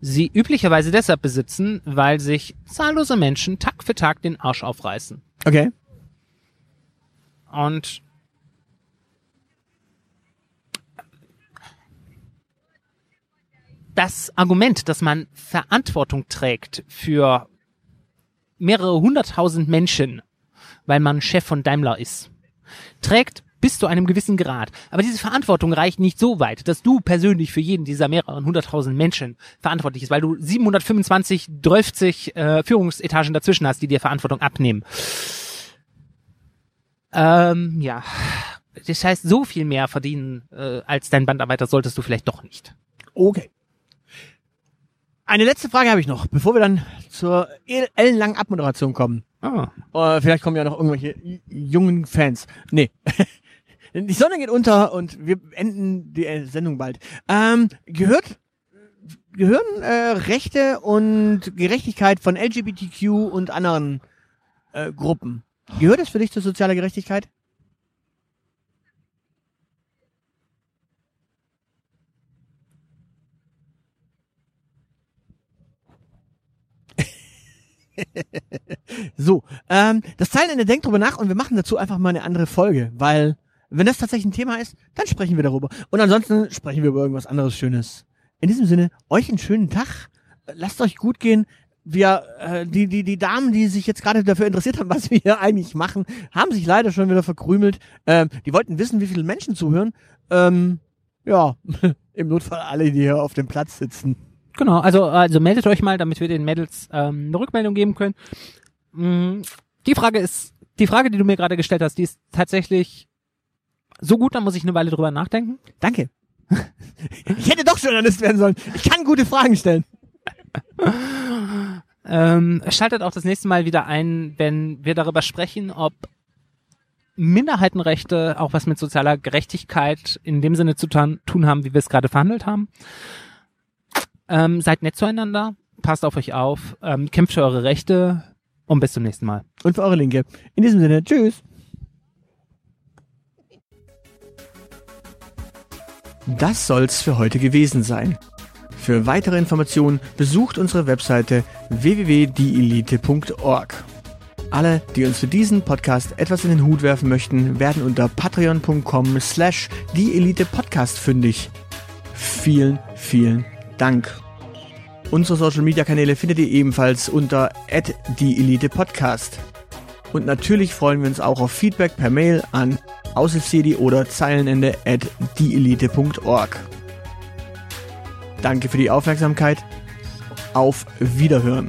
sie üblicherweise deshalb besitzen, weil sich zahllose Menschen Tag für Tag den Arsch aufreißen.
Okay.
Und das Argument, dass man Verantwortung trägt für mehrere hunderttausend Menschen, weil man Chef von Daimler ist, trägt bis zu einem gewissen Grad. Aber diese Verantwortung reicht nicht so weit, dass du persönlich für jeden dieser mehreren hunderttausend Menschen verantwortlich bist, weil du 725, 30 äh, Führungsetagen dazwischen hast, die dir Verantwortung abnehmen. Ähm, ja. Das heißt, so viel mehr verdienen äh, als dein Bandarbeiter solltest du vielleicht doch nicht.
Okay. Eine letzte Frage habe ich noch, bevor wir dann zur el- ellenlangen Abmoderation kommen.
Ah.
Äh, vielleicht kommen ja noch irgendwelche j- jungen Fans. Nee. Die Sonne geht unter und wir enden die äh, Sendung bald. Ähm, gehört, gehören äh, Rechte und Gerechtigkeit von LGBTQ und anderen äh, Gruppen. Gehört es für dich zur sozialen Gerechtigkeit? So, ähm, das Teilen in der Denk drüber nach und wir machen dazu einfach mal eine andere Folge, weil wenn das tatsächlich ein Thema ist, dann sprechen wir darüber. Und ansonsten sprechen wir über irgendwas anderes Schönes. In diesem Sinne, euch einen schönen Tag. Lasst euch gut gehen. Wir, äh, die, die, die Damen, die sich jetzt gerade dafür interessiert haben, was wir hier eigentlich machen, haben sich leider schon wieder verkrümelt. Ähm, die wollten wissen, wie viele Menschen zuhören. Ähm, ja, im Notfall alle, die hier auf dem Platz sitzen.
Genau, also, also meldet euch mal, damit wir den Mädels ähm, eine Rückmeldung geben können. Mm, Die Frage ist, die Frage, die du mir gerade gestellt hast, die ist tatsächlich so gut, da muss ich eine Weile drüber nachdenken.
Danke. Ich hätte doch Journalist werden sollen. Ich kann gute Fragen stellen.
Ähm, schaltet auch das nächste Mal wieder ein, wenn wir darüber sprechen, ob Minderheitenrechte auch was mit sozialer Gerechtigkeit in dem Sinne zu tan- tun haben, wie wir es gerade verhandelt haben. Ähm, seid nett zueinander, passt auf euch auf, ähm, kämpft für eure Rechte und bis zum nächsten Mal.
und für eure Linke. In diesem Sinne, tschüss. Das soll's für heute gewesen sein. Für weitere Informationen besucht unsere Webseite www.dielite.org. Alle, die uns für diesen Podcast etwas in den Hut werfen möchten, werden unter patreon.com slash die Elite Podcast fündig. Vielen, vielen Dank. Unsere Social Media Kanäle findet ihr ebenfalls unter die Elite Podcast. Und natürlich freuen wir uns auch auf Feedback per Mail an aushilfsjedi oder zeilenende at dieelite.org. Danke für die Aufmerksamkeit. Auf Wiederhören.